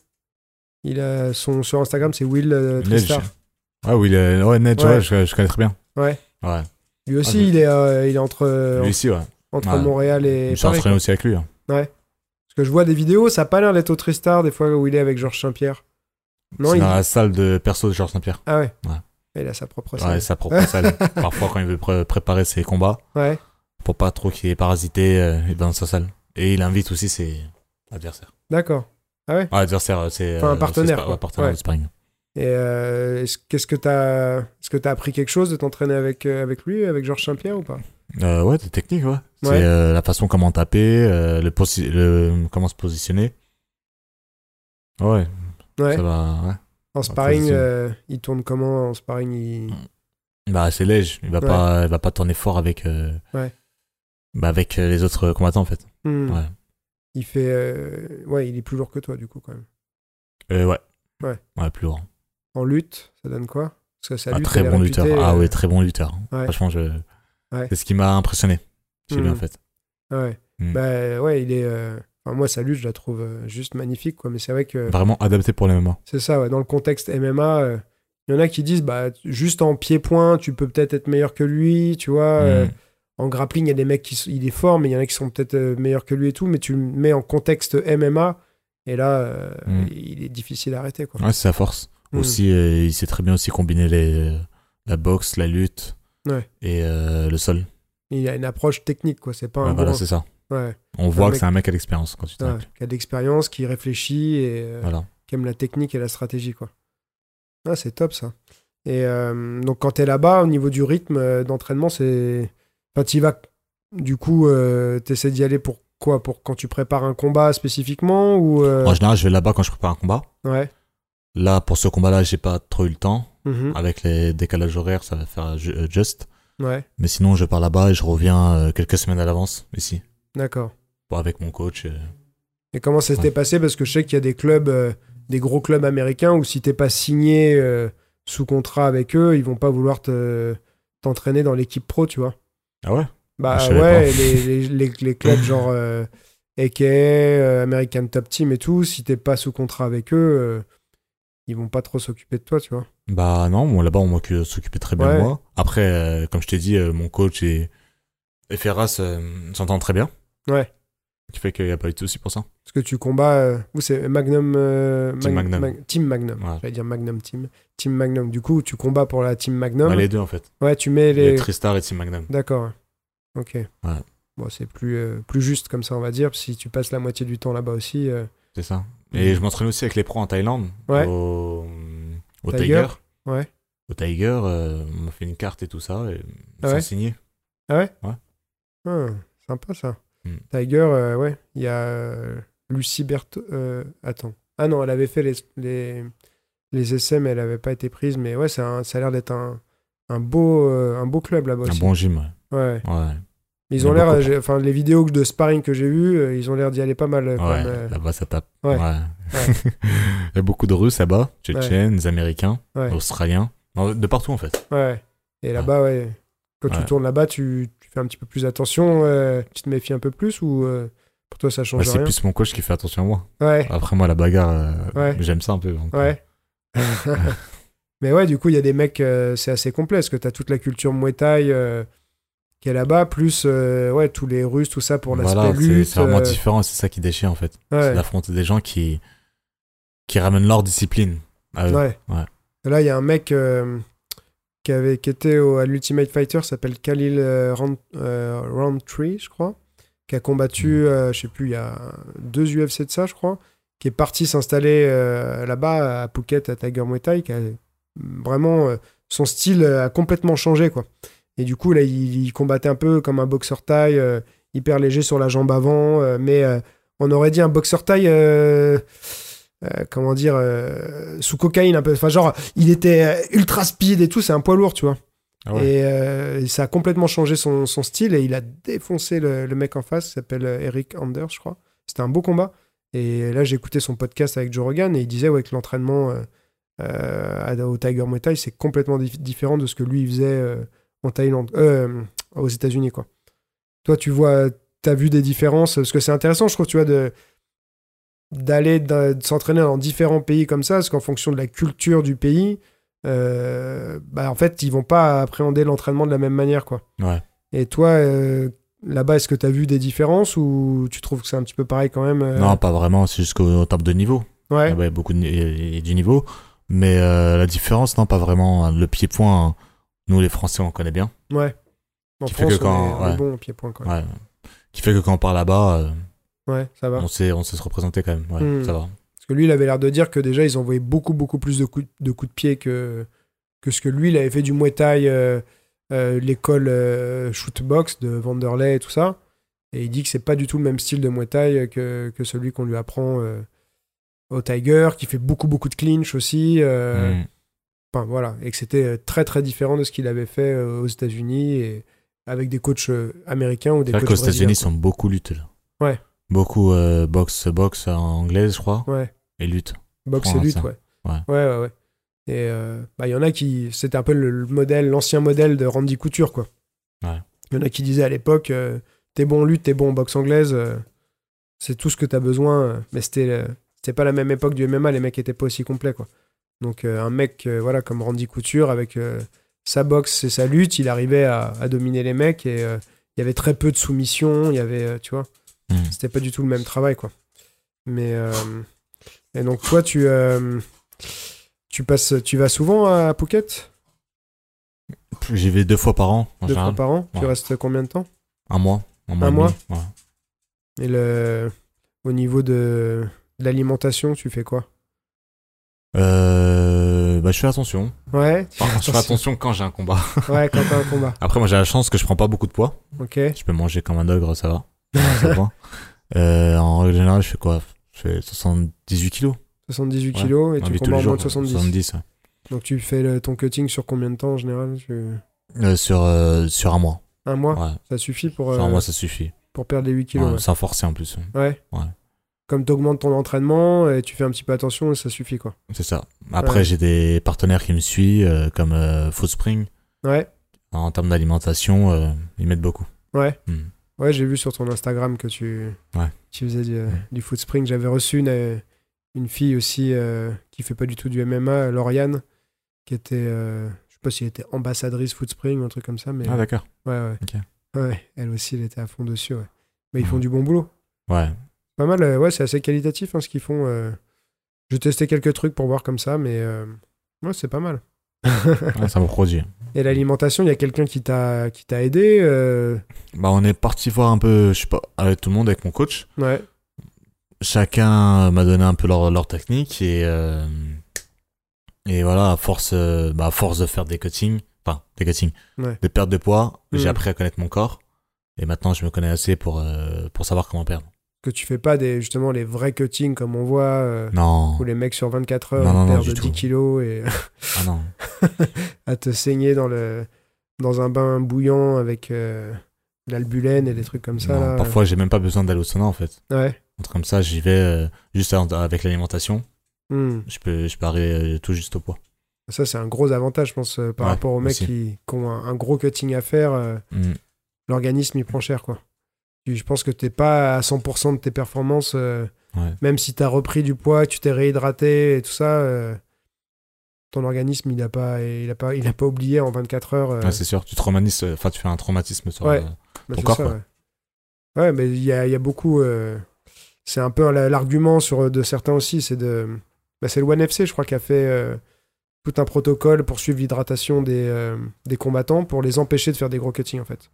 Il a son sur Instagram, c'est Will euh,
Nedge.
Tristar.
Ah oui, il est- ouais, Nedge,
Ouais.
ouais, je, je connais très bien.
Ouais.
Ouais.
Lui aussi,
Ah, je-
il est, euh, il est entre, euh,
Lui aussi, ouais.
entre
ouais.
Montréal
Je
et
me suis
Paris.
entraîné aussi avec lui. hein.
Parce que je vois des vidéos, ça a pas l'air d'être au Tristar des fois où il est avec Georges Saint-Pierre. Non,
C'est
il...
dans la salle de perso de Georges Saint-Pierre.
ah ouais.
Ouais.
Il a sa propre
Ouais,
salle.
sa propre salle. Parfois, quand il veut pré- préparer ses combats,
Ouais.
pour pas trop qu'il est parasité, euh, il est dans sa salle. Et il invite aussi ses adversaires.
D'accord.
Ah, adversaires, euh, c'est.
Enfin, un
euh,
partenaire,
c'est spa-
quoi.
ouais, partenaire
Ouais.
de sparring.
Et euh, est-ce- qu'est-ce que t'as, est-ce que t'as appris quelque chose de t'entraîner avec euh, avec lui, avec Georges Saint-Pierre ou pas
Euh, ouais, des techniques, ouais. C'est
Ouais.
euh, la façon comment taper, euh, le posi- le- comment se positionner. Ouais,
Ouais.
ça va. Ouais.
En sparring,
position.
euh, il tourne comment En sparring, il...
Bah, c'est léger. Il va
Ouais.
pas, il va pas tourner fort avec. euh,
Ouais.
Bah, avec euh, les autres combattants en fait.
Hmm.
Ouais.
il fait, euh, ouais, il est plus lourd que toi du coup quand même.
Euh, ouais.
Ouais.
Ouais, plus grand.
En lutte, ça donne quoi Parce que ça
Ah,
lutte,
très
elle est
bon
réputée,
lutteur. Ah
euh,
ouais, très bon lutteur.
ouais.
Franchement, je...
Ouais.
c'est ce qui m'a impressionné. J'ai bien
Mm.
fait.
Ouais.
Hmm.
Bah ouais, il est. euh, enfin, moi, sa lutte, je la trouve euh, juste magnifique quoi. Mais c'est vrai que
Vraiment adapté pour les MMA.
C'est ça, ouais. dans le contexte MMA, euh, il y en a qui disent bah, tu- juste en pied-point, tu peux peut-être être meilleur que lui, tu vois. euh,
Mm.
en grappling, il y a des mecs qui s- il est fort, mais il y en a qui sont peut-être euh, meilleurs que lui et tout, mais tu le mets en contexte MMA, et là, euh,
Mm.
il est difficile à arrêter. Quoi.
Hmm. Ouais, c'est sa force.
Mm.
Aussi, euh, il sait très bien aussi combiner les... euh, la boxe, la lutte
Ouais.
et euh, le sol.
Il a une approche technique, quoi. C'est pas
Ouais,
un
voilà,
bourrin.
c'est ça.
Ouais,
On voit
mec-
que c'est un mec à l'expérience quand tu
ouais,
t'appelles.
qui a de l'expérience, qui réfléchit et euh,
Voilà.
qui aime la technique et la stratégie, quoi. Ah, c'est top ça. Et euh, donc quand t'es là-bas, au niveau du rythme euh, d'entraînement, c'est. Enfin, t'y vas. Du coup, euh, t'essaies d'y aller pour quoi Pour quand tu prépares un combat spécifiquement ou euh,
En général, je vais là-bas quand je prépare un combat.
Ouais.
Là, pour ce combat-là, j'ai pas trop eu le temps.
Mhm.
Avec les décalages horaires, ça va faire ju- euh, juste.
Ouais.
Mais sinon, je pars là-bas et je reviens euh, quelques semaines à l'avance ici.
D'accord.
Bon, avec mon coach. euh,
Et comment ça s'était
Ouais.
passé Parce que je sais qu'il y a des clubs, euh, des gros clubs américains où si t'es pas signé euh, sous contrat avec eux, ils vont pas vouloir te t'entraîner dans l'équipe pro, tu vois.
Ah ouais
Bah
Je savais
ouais, les, les, les, les clubs genre euh, AK, euh, American Top Team et tout, si t'es pas sous contrat avec eux, euh, ils vont pas trop s'occuper de toi, tu vois.
Bah non, moi là-bas, on m'occu- s'occupait très bien de
Ouais.
moi. Après, euh, comme je t'ai dit, euh, mon coach et, et Ferras euh, s'entendent très bien.
Ouais.
Ce qui fait qu'il n'y a pas eu de soucis pour ça.
Parce que tu combats, euh, vous c'est Magnum, euh,
Team Magnum.
Team Magnum.
Ouais.
J'allais dire Magnum Team, Team Magnum. Du coup, tu combats pour la Team Magnum.
Bah, les deux, en fait.
Ouais, tu mets
Les...
les.
Tristar et Team Magnum.
D'accord. Ok. Bon, c'est plus euh, plus juste comme ça, on va dire. Si tu passes la moitié du temps là-bas aussi. euh,
C'est ça. Et je m'entraînais aussi avec les pros en Thaïlande.
Mhm. Ouais.
Au, au
Tiger.
Tiger.
Ouais.
Au Tiger, euh, on m'a fait une carte et tout ça. Et
Ah
sans
ouais
signer.
Ah, sympa ça.
Mm.
Tiger, euh, ouais, il y a euh, Lucie Berthaud. euh, attends. Ah non, elle avait fait les, les, les essais, mais elle n'avait pas été prise. Mais ouais, c'est un- ça a l'air d'être un, un, beau, euh, un beau club là-bas
Un
aussi.
bon gym, ouais.
Ouais, ouais.
Ouais,
Ils
Il y
ont
a
l'air,
beaucoup.
euh, j'ai- enfin, les vidéos que- de sparring que j'ai vues, euh, ils ont l'air d'y aller pas mal. euh,
Ouais,
comme, euh,
là-bas, ça tape.
ouais.
Il y a beaucoup de Russes là-bas. Tchétchènes, Américains,
Ouais.
Australiens. Non, de partout, en fait.
ouais. Et là-bas, ouais. Quand tu
Ah. Ouais.
tournes là-bas, tu, tu fais un petit peu plus attention, euh, tu te méfies un peu plus ou euh, pour toi ça
Ouais,
change
c'est
rien
plus mon coach qui fait attention à moi.
Ouais.
Après, moi, la bagarre, euh,
Ouais.
j'aime ça un peu. donc, euh,
Ouais. Mais ouais, du coup, il y a des mecs, euh, c'est assez complet, parce que t'as toute la culture Muay Thai euh, qui est là-bas, plus euh, ouais, tous les Russes, tout ça pour l'aspect
Voilà, c'est
lutte.
c'est vraiment
euh,
différent, c'est ça qui déchire en fait.
ouais,
C'est d'affronter des gens qui, qui ramènent leur discipline. à eux.
ouais.
Ah Ouais.
Là, il y a un mec euh, qui, avait, qui était au, à l'Ultimate Fighter, s'appelle Khalil euh, Round, euh, Roundtree, je crois, qui a combattu, euh, je sais plus, il y a deux UFC de ça, je crois, qui est parti s'installer euh, là-bas à Phuket, à Tiger Muay Thai, qui a vraiment euh, son style euh, a complètement changé quoi. Et du coup là il, il combattait un peu comme un boxeur taille hyper léger sur la jambe avant euh, mais euh, on aurait dit un boxeur euh, taille comment dire euh, sous cocaïne un peu enfin genre il était euh, ultra speed et tout, c'est un poids lourd, tu vois.
Ah ouais.
Et euh, ça a complètement changé son, son style et il a défoncé le, le mec en face, qui s'appelle euh, Eric Anders, je crois. C'était un beau combat. Et là, j'ai écouté son podcast avec Joe Rogan et il disait ouais, que l'entraînement euh, euh, à- au Tiger Muay Thai, c'est complètement dif- différent de ce que lui il faisait euh, en Thaïlande, euh, aux États-Unis, quoi. Toi, tu vois, t'as vu des différences Parce que c'est intéressant, je trouve, tu vois, de d'aller d'un- de s'entraîner dans différents pays comme ça, parce qu'en fonction de la culture du pays, euh, bah, en fait, ils vont pas appréhender l'entraînement de la même manière, quoi.
Ouais.
Et toi, euh, là-bas, est-ce que tu as vu des différences ou tu trouves que c'est un petit peu pareil quand même euh,
Non, Ah pas vraiment, c'est jusqu'au top de niveau.
Ouais.
Là-bas, il y a beaucoup de, il y a- il y a du niveau. Mais euh, la différence, non, pas vraiment. Le pied-point, hein, nous les Français, on connaît bien.
Ouais. En
Qui fait bah, que
France, on est-
quand-
on est,
ouais.
bon au pied-point. Quoi. Ouais.
Ouais. Qui fait que quand on part là-bas, euh,
ça va.
on, sait, on sait se représenter quand même. Ouais,
Hmm.
ça va.
Parce que lui, il avait l'air de dire que déjà, ils envoyaient beaucoup, beaucoup plus de coups de, coups de pied que, que ce que lui, il avait fait du Muay Thai, euh, euh, l'école euh, shootbox de Vanderlei et tout ça. Et il dit que c'est pas du tout le même style de Muay Thai euh, que, que celui qu'on lui apprend euh, au Tiger, qui fait beaucoup, beaucoup de clinch aussi. euh,
Hmm.
Enfin, voilà, et que c'était euh, très très différent de ce qu'il avait fait euh, aux États-Unis et avec des coachs euh, américains ou des
C'est vrai
coachs
qu'aux États-Unis, ils
brésiliens.
sont beaucoup lutte. là.
Ouais.
Beaucoup euh, boxe, boxe en anglaise, je crois,
Ouais,
et lutte.
boxe et
Prendre
lutte,
ça.
ouais.
Ouais.
ouais, ouais, ouais. Et euh, bah, il y en a qui, c'était un peu le, le modèle, l'ancien modèle de Randy Couture, quoi.
Ouais.
Il y en a qui disaient à l'époque, euh, t'es bon en lutte, t'es bon en boxe anglaise, euh, c'est tout ce que t'as besoin. Mais c'était, euh, c'était pas la même époque du MMA, les mecs étaient pas aussi complets, quoi. Donc euh, un mec, euh, voilà, comme Randy Couture, avec euh, sa boxe et sa lutte, il arrivait à, à dominer les mecs et euh, il y avait très peu de soumission, il y avait, euh, tu vois,
Hmm.
c'était pas du tout le même travail, quoi. Mais euh, et donc toi, tu euh, tu passes, tu vas souvent à Phuket,
J'y vais deux fois par an, en
deux
général.
fois par an. Tu
ouais.
restes combien de temps
Un mois. Un mois.
Un
et
mois
demi, ouais.
Et le au niveau de, de l'alimentation, tu fais quoi
Euh, bah, je fais attention.
Ouais, tu
Enfin, je fais
attention.
attention quand j'ai un combat.
ouais, quand t'as un combat.
Après, moi, j'ai la chance que je prends pas beaucoup de poids.
Ok.
Je peux manger comme un ogre, ça va. Ça va. Euh, en règle générale, je fais quoi Je fais 78 kilos.
78 kilos et
Ma vie
tu
tous
combats
les
en
jours,
moins de 70.
ouais.
Donc tu fais le- ton cutting sur combien de temps en général Tu-
Euh, sur, euh, sur un mois.
Un mois
ouais.
Ça suffit pour,
Sur un
euh,
mois, ça suffit.
pour perdre les 8
Ouais,
Ah, kilos.
Sans forcer en plus. ouais.
Ouais.
Ouais.
Comme tu augmentes ton entraînement et tu fais un petit peu attention, ça suffit quoi.
C'est ça. Après,
Ouais.
j'ai des partenaires qui me suivent, euh, comme euh, Foodspring.
Ouais,
En termes d'alimentation, euh, ils m'aident beaucoup.
ouais.
Hmm.
Ouais, j'ai vu sur ton Instagram que tu,
Ouais.
tu faisais du,
Ouais.
du foot spring. J'avais reçu une, euh, une fille aussi euh, qui fait pas du tout du MMA, Lauriane, qui était, euh, je sais pas si elle était ambassadrice Footspring ou un truc comme ça, mais
Ah, d'accord.
ouais, ouais.
ok.
Ouais, elle aussi, elle était à fond dessus. ouais. Mais ils font du bon boulot.
Ouais.
Pas mal, euh, ouais, c'est assez qualitatif hein, ce qu'ils font. euh. Je testais quelques trucs pour voir comme ça, mais euh, ouais, c'est pas mal.
Ouais, ça me produit.
Et l'alimentation, il y a quelqu'un qui t'a qui t'a aidé. euh,
Bah, on est parti voir un peu, je sais pas, avec tout le monde, avec mon coach.
Ouais,
Chacun euh, m'a donné un peu leur, leur technique et euh, et voilà, à force, euh, bah, à force de faire des cuttings, enfin des cuttings,
Ouais.
des pertes de poids,
Mhm.
j'ai appris à connaître mon corps et maintenant je me connais assez pour euh, pour savoir comment perdre.
que tu fais pas des justement les vrais cuttings comme on voit. euh,
Non,
Où les mecs sur 24 heures
Non, non, non,
perdent
du
10
tout.
kilos et
ah non,
à te saigner dans le dans un bain bouillant avec euh, de l'albulène et des trucs comme ça.
Non,
là. euh,
Parfois, j'ai même pas besoin d'aller au sauna en fait.
Ouais.
Un truc Comme ça, j'y vais euh, juste à- avec l'alimentation.
Hmm.
Je peux, je peux arriver euh, tout juste au poids.
Ça, c'est un gros avantage, je pense, euh, par
Ouais,
rapport aux mecs
aussi.
qui, qui ont un, un gros cutting à faire. euh,
Mm.
L'organisme, il prend cher, quoi. Et je pense que t'es pas à 100% de tes performances, euh,
Ouais.
même si t'as repris du poids, que tu t'es réhydraté et tout ça. euh, ton organisme, il a pas, il a pas, il a pas oublié en 24 heures. euh,
Ouais, c'est sûr, tu traumatises, euh, enfin, tu fais un traumatisme sur.
Ouais.
euh, Ton
Bah, c'est
corps,
ça,
quoi.
ouais. Ouais, mais il y a, il y a beaucoup. euh, c'est un peu la- l'argument sur de certains aussi, c'est de. bah, c'est le OneFC, je crois, qui a fait euh, tout un protocole pour suivre l'hydratation des, euh, des combattants pour les empêcher de faire des gros cuttings, en fait.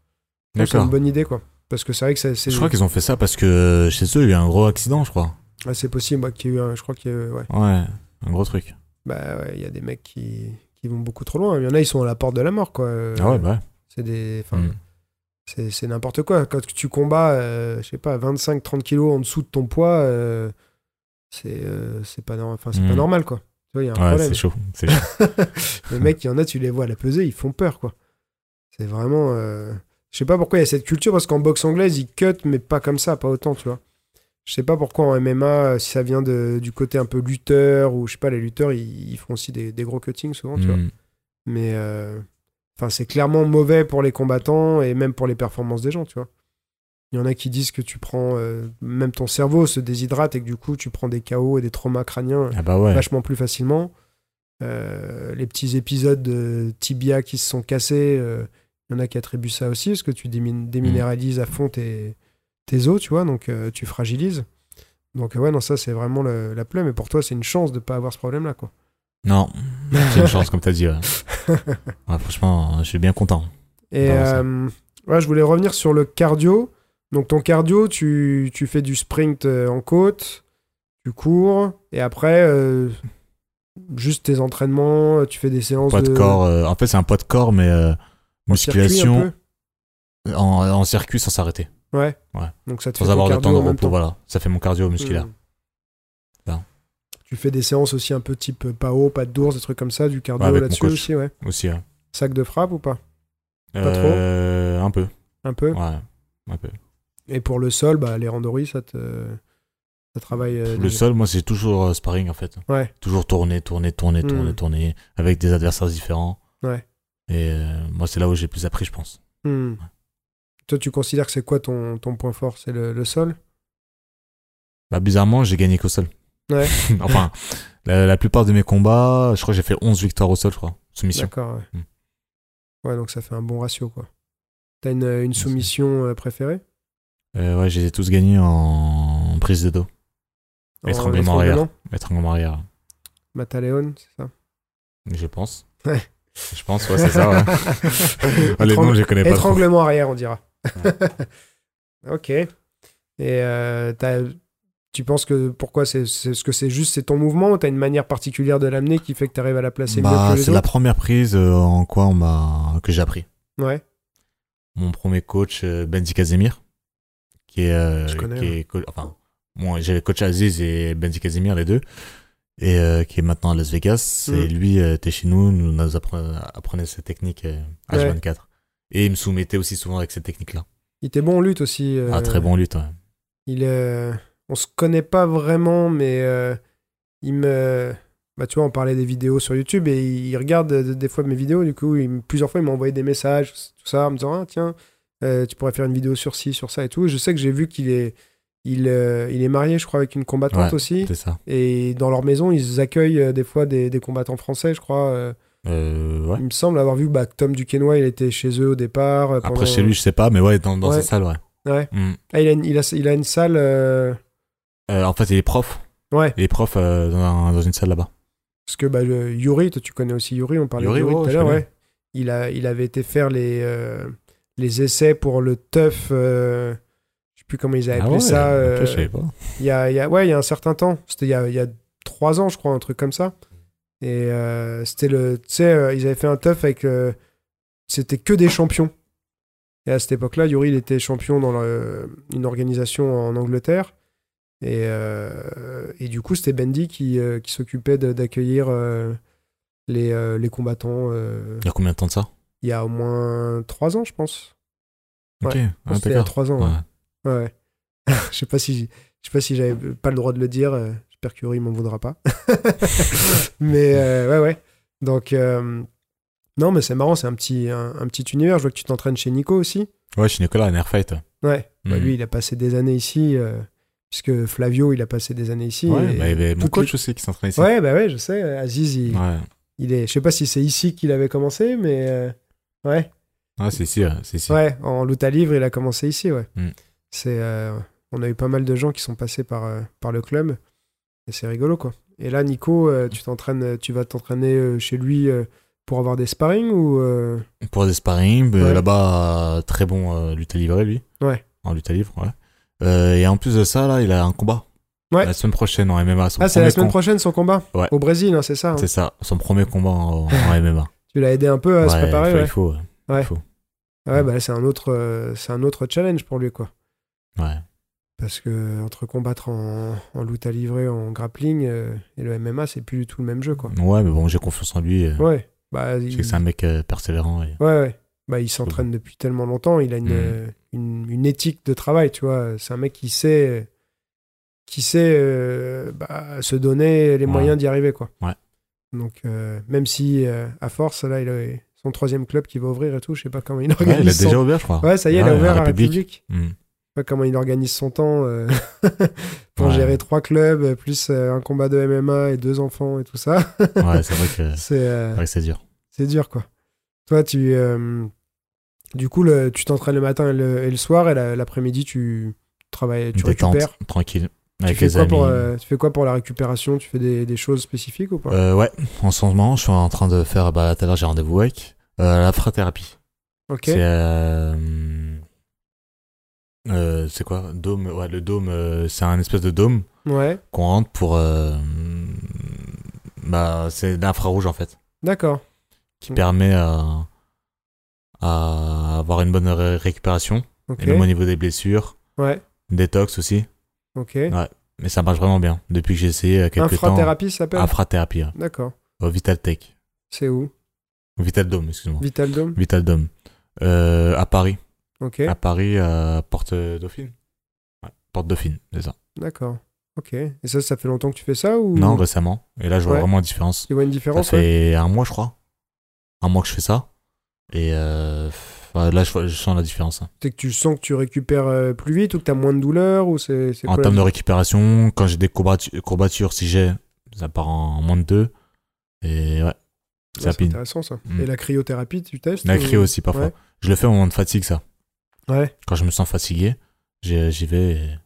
Donc, C'est
D'accord.
une bonne idée, quoi. Parce que c'est vrai que c'est- c'est
Je crois qu'ils ont fait ça parce que euh, chez eux, il y a eu un gros accident, je crois.
ouais, Ah, c'est possible. ouais, qu'il y ait eu un- je crois qu'il y a eu- ouais.
Ouais, un gros truc.
Bah, ouais, il y a des mecs qui, qui vont beaucoup trop loin. Il y en a, ils sont à la porte de la mort, quoi. Euh,
ah ouais, bah ouais.
C'est des. enfin,
Mm.
C'est, c'est n'importe quoi. Quand tu combats, euh, je sais pas, 25-30 kilos en dessous de ton poids, euh, c'est, euh, c'est, pas, nor- enfin, c'est pas
Mm.
normal, quoi. Tu vois, il y a un
Ouais,
problème.
c'est chaud. C'est chaud.
Les mecs, il y en a, tu les vois à la pesée, ils font peur, quoi. C'est vraiment... euh, Je sais pas pourquoi il y a cette culture, parce qu'en boxe anglaise, ils cut, mais pas comme ça, pas autant, tu vois. Je sais pas pourquoi en MMA, euh, si ça vient de- du côté un peu lutteur, ou je sais pas, les lutteurs, ils, ils font aussi des, des gros cuttings souvent, tu vois.
Mm.
Mais euh, enfin, c'est clairement mauvais pour les combattants et même pour les performances des gens, tu vois. Il y en a qui disent que tu prends euh, même ton cerveau se déshydrate et que du coup tu prends des KO et des traumas crâniens
Ah bah ouais.
vachement plus facilement. Euh, les petits épisodes de tibia qui se sont cassés, euh, il y en a qui attribuent ça aussi parce que tu démin- déminéralises à fond tes, tes os, tu vois, donc euh, tu fragilises. Donc euh, ouais, non, ça c'est vraiment le- la plaie, mais pour toi c'est une chance de pas avoir ce problème-là, quoi.
Non, c'est une chance, comme t'as dit. Ouais. Ouais, franchement, euh, je suis bien content.
Et
Non, ça-
euh, ouais, je voulais revenir sur le cardio. Donc ton cardio, tu, tu fais du sprint euh, en côte, tu cours, et après, euh, juste tes entraînements, tu fais des séances
Poids de
de
corps. euh, en fait, c'est un poids de corps, mais euh,
en circuit un
musculation
peu.
en, en circuit sans s'arrêter.
Ouais.
Ouais.
Donc ça te fait
Sans
ton
avoir le
cardio
temps de
en même
repos. Voilà, ça fait mon cardio musculaire.
Mm.
Voilà.
Tu fais des séances aussi un peu type euh, pas haut, pas de d'ours, des trucs comme ça, du cardio
Ouais, avec mon
là-dessus
coach.
aussi, ouais.
Aussi, ouais.
Sac de frappe ou Mm. pas trop
Euh, Un peu.
Un peu.
Ouais. Un peu.
Et pour le sol, bah, les randoris, ça te ça travaille. euh,
Le
des-
sol, moi, c'est toujours euh, sparring en fait.
Ouais.
Toujours tourner, tourner, tourner,
Hmm.
tourner, tourner, avec des adversaires différents.
Ouais.
Et euh, moi, c'est là où j'ai le plus appris, je pense.
Hmm. Toi, tu considères que c'est quoi ton, ton point fort C'est le, le sol
Bah, bizarrement, j'ai gagné qu'au sol.
Ouais.
enfin, la, la plupart de mes combats, je crois que j'ai fait 11 victoires au sol, je crois. Soumission.
D'accord. Ouais.
Hmm.
Ouais, donc ça fait un bon ratio, quoi. T'as une, une soumission euh, préférée
Euh, ouais, j'ai tous gagné en prise de dos,
En
Étranglement
étranglement
arrière. étranglement arrière,
Mataleone, c'est ça
je pense.
Ouais.
Je pense, ouais, c'est ça, ouais. Ah, les
Étrangle-
noms, je les connais pas. trop.
Étranglement arrière, on dira. ok. Et euh, t'as- tu penses que pourquoi c'est c'est- ce que c'est juste c'est ton mouvement ou t'as une manière particulière de l'amener qui fait que t'arrives à la placer
Bah,
mieux que
c'est
les
la
autres
première prise euh, en quoi on m'a que j'ai appris.
Ouais.
Mon premier coach euh, Benzi Casimir qui est, euh,
Je connais,
qui est co- enfin moi j'avais coach Aziz et Benzi Casimir les deux et euh, qui est maintenant à Las Vegas
Mm.
et lui euh, était chez nous nous, nous appre- apprenait ses techniques euh,
Ouais.
H24 et il me soumettait aussi souvent avec ces techniques là.
Il était bon en lutte aussi. euh,
Ah très bon lutte. ouais.
Il, euh, on se connaît pas vraiment, mais euh, il me, bah tu vois, on parlait des vidéos sur YouTube et il regarde euh, des fois mes vidéos. Du coup, il me- plusieurs fois, il m'a envoyé des messages, tout ça, en me disant ah tiens, euh, tu pourrais faire une vidéo sur ci, sur ça et tout. Je sais que j'ai vu qu'il est, Il, euh, il est marié, je crois, avec une combattante
Ouais.
aussi.
C'est ça.
Et dans leur maison, ils accueillent euh, des fois des, des combattants français, je crois. euh.
Euh, ouais.
Il me semble avoir vu bah, que Tom Duquesnoy, il était chez eux au départ. euh, pendant-
Après, chez lui, je sais pas, mais ouais, dans, dans
Ouais.
cette salle, ouais.
Ouais.
Mm.
Ah, il, a une, il, a, il a une salle. euh,
Euh, en fait, il est prof.
Ouais.
Il est prof euh, dans, un- dans une salle là-bas.
Parce que bah, le- Yuri, toi, tu connais aussi Yuri, on parlait
Yuri,
de Yuri
ouais,
tout à
je
l'heure,
connais.
ouais. Il, a, il avait été faire les, euh, les essais pour le TUF, euh, je sais plus comment ils avaient
Ah
appelé
ouais,
ça,
ok,
euh,
je savais pas.
il y a, il y a- ouais, il y a un certain temps, c'était il y a, il y a trois ans, je crois, un truc comme ça. Et euh, c'était le, tu sais, euh, ils avaient fait un TUF avec, euh, c'était que des champions. Et à cette époque-là, Yuri, il était champion dans le- une organisation en Angleterre. Et, euh, et du coup, c'était Bendy qui, euh, qui s'occupait de- d'accueillir euh, les, euh, les combattants euh,
Il y a combien de temps de ça
il y a au moins trois ans, je pense. Ouais.
Ok, ah,
Je pense que c'était il y a
d'accord.
trois ans. ouais.
Ouais.
Ouais, Ouais. je sais pas si je sais pas si j'avais pas le droit de le dire. euh, J'espère que Yuri m'en voudra pas. mais euh, ouais, ouais. Donc euh, non, mais c'est marrant, c'est un petit un, un petit univers. Je vois que tu t'entraînes chez Nico aussi.
Ouais, chez Nicolas, un airfight.
Ouais. Bah,
Mhm.
lui, il a passé des années ici, euh, puisque Flavio, il a passé des années ici.
Ouais,
et-
bah, il y avait mon
toutes
coach aussi qui s'entraînait ici.
Ouais, bah ouais, je sais. Aziz, il,
Ouais.
il est. Je sais pas si c'est ici qu'il avait commencé, mais euh, ouais.
Ouais, c'est ici, ouais, c'est ici.
Ouais, en lutte à livre, il a commencé ici, ouais.
Mm.
C'est, euh, on a eu pas mal de gens qui sont passés par, euh, par le club. Et c'est rigolo, quoi. Et là, Nico, euh, tu t'entraînes, tu vas t'entraîner euh, chez lui euh, pour avoir des sparring ou euh,
Pour des sparring, euh,
Ouais.
là-bas, euh, très bon euh, lutte à livrer, lui.
Ouais.
En lutte à livre, ouais. Euh, et en plus de ça, là, il a un combat.
Ouais.
La semaine prochaine en MMA. Son
Ah, c'est la
premier
semaine
com-
prochaine son combat
Ouais.
au Brésil, hein, c'est ça. hein.
C'est ça, son premier combat en, en MMA.
Tu l'as aidé un peu à se
Ouais,
préparer,
il faut-
ouais.
il faut, ouais.
Ouais, bah là, c'est un autre, euh, c'est un autre challenge pour lui, quoi.
Ouais.
Parce que entre combattre en, en lutte à livrer, en grappling euh, et le MMA, c'est plus du tout le même jeu, quoi.
Ouais, mais bon, j'ai confiance en lui. euh,
Ouais. Bah,
Je
il-
sais que c'est un mec euh, persévérant. et-
Ouais, ouais. Bah, il
Mmh.
s'entraîne depuis tellement longtemps, il a une,
Mm.
euh, une, une éthique de travail, tu vois. C'est un mec qui sait, euh, qui sait euh, bah, se donner les
Ouais.
moyens d'y arriver, quoi.
Ouais.
Donc, euh, même si, euh, à force, là, il a son troisième club qui va ouvrir et tout, je sais pas comment il
Ouais,
organise
il a
son-
déjà ouvert, je crois.
Ouais, ça y est, il
Ouais,
a ouvert à
la
la
République.
République.
Hmm.
Je sais pas comment il organise son temps euh, pour
Ouais.
gérer trois clubs, plus euh, un combat de MMA et deux enfants et tout ça.
Ouais, c'est vrai que c'est
C'est... euh,
vrai que c'est dur.
c'est dur, quoi. Toi, tu. euh, du coup, le, tu t'entraînes le matin et le, et le soir, et la- l'après-midi, tu travailles, tu
Détente,
récupères.
tranquille,
Tu
avec
fais,
les
quoi
amis.
pour, euh, tu fais quoi pour la récupération Tu fais des, des choses spécifiques ou pas
Euh, ouais, en ce moment, je suis en train de faire, bah, tout à l'heure, j'ai rendez-vous avec euh, la frathérapie.
Ok.
C'est, euh, euh, c'est quoi Dôme, ouais, le dôme, euh, c'est un espèce de dôme
Ouais,
qu'on rentre pour, euh, bah, c'est l'infrarouge en fait,
d'accord.
qui permet à, à avoir une bonne ré- récupération,
Ok.
et même au niveau des blessures,
Ouais,
détox aussi.
ok.
Mais ça marche vraiment bien depuis que j'ai essayé euh, quelques temps.
Infrathérapie, ça s'appelle
Infrathérapie. ouais.
D'accord.
Au Vital Tech.
C'est où
Vital Dome, excuse-moi.
Vital Dome
Vital Dome. Euh, à Paris.
Ok,
À Paris, à Porte Dauphine. Ouais, Porte Dauphine, c'est ça.
d'accord. Ok. Et ça, ça fait longtemps que tu fais ça ou
Non, récemment. Et là, je vois
Mmh. Ouais.
vraiment la différence.
Tu vois une
Ça
différence ouais
fait un mois, je crois. Un mois que je fais ça. Et euh, f- ouais, là, je, vois- je sens la différence. hein.
C'est que tu sens que tu récupères euh, plus vite ou que tu as moins de douleur ou c'est c'est
En
quoi la-
termes de récupération, quand j'ai des courbatu- courbatures, si j'ai, ça part en moins de deux. Et ouais, c'est
Ouais, C'est
rapide.
intéressant ça.
Mm.
Et la cryothérapie, tu testes
La
ou-
cryo aussi, parfois.
Ouais.
Je le fais au moment de fatigue, ça.
Ouais.
Quand je me sens fatigué, j'y j'y vais et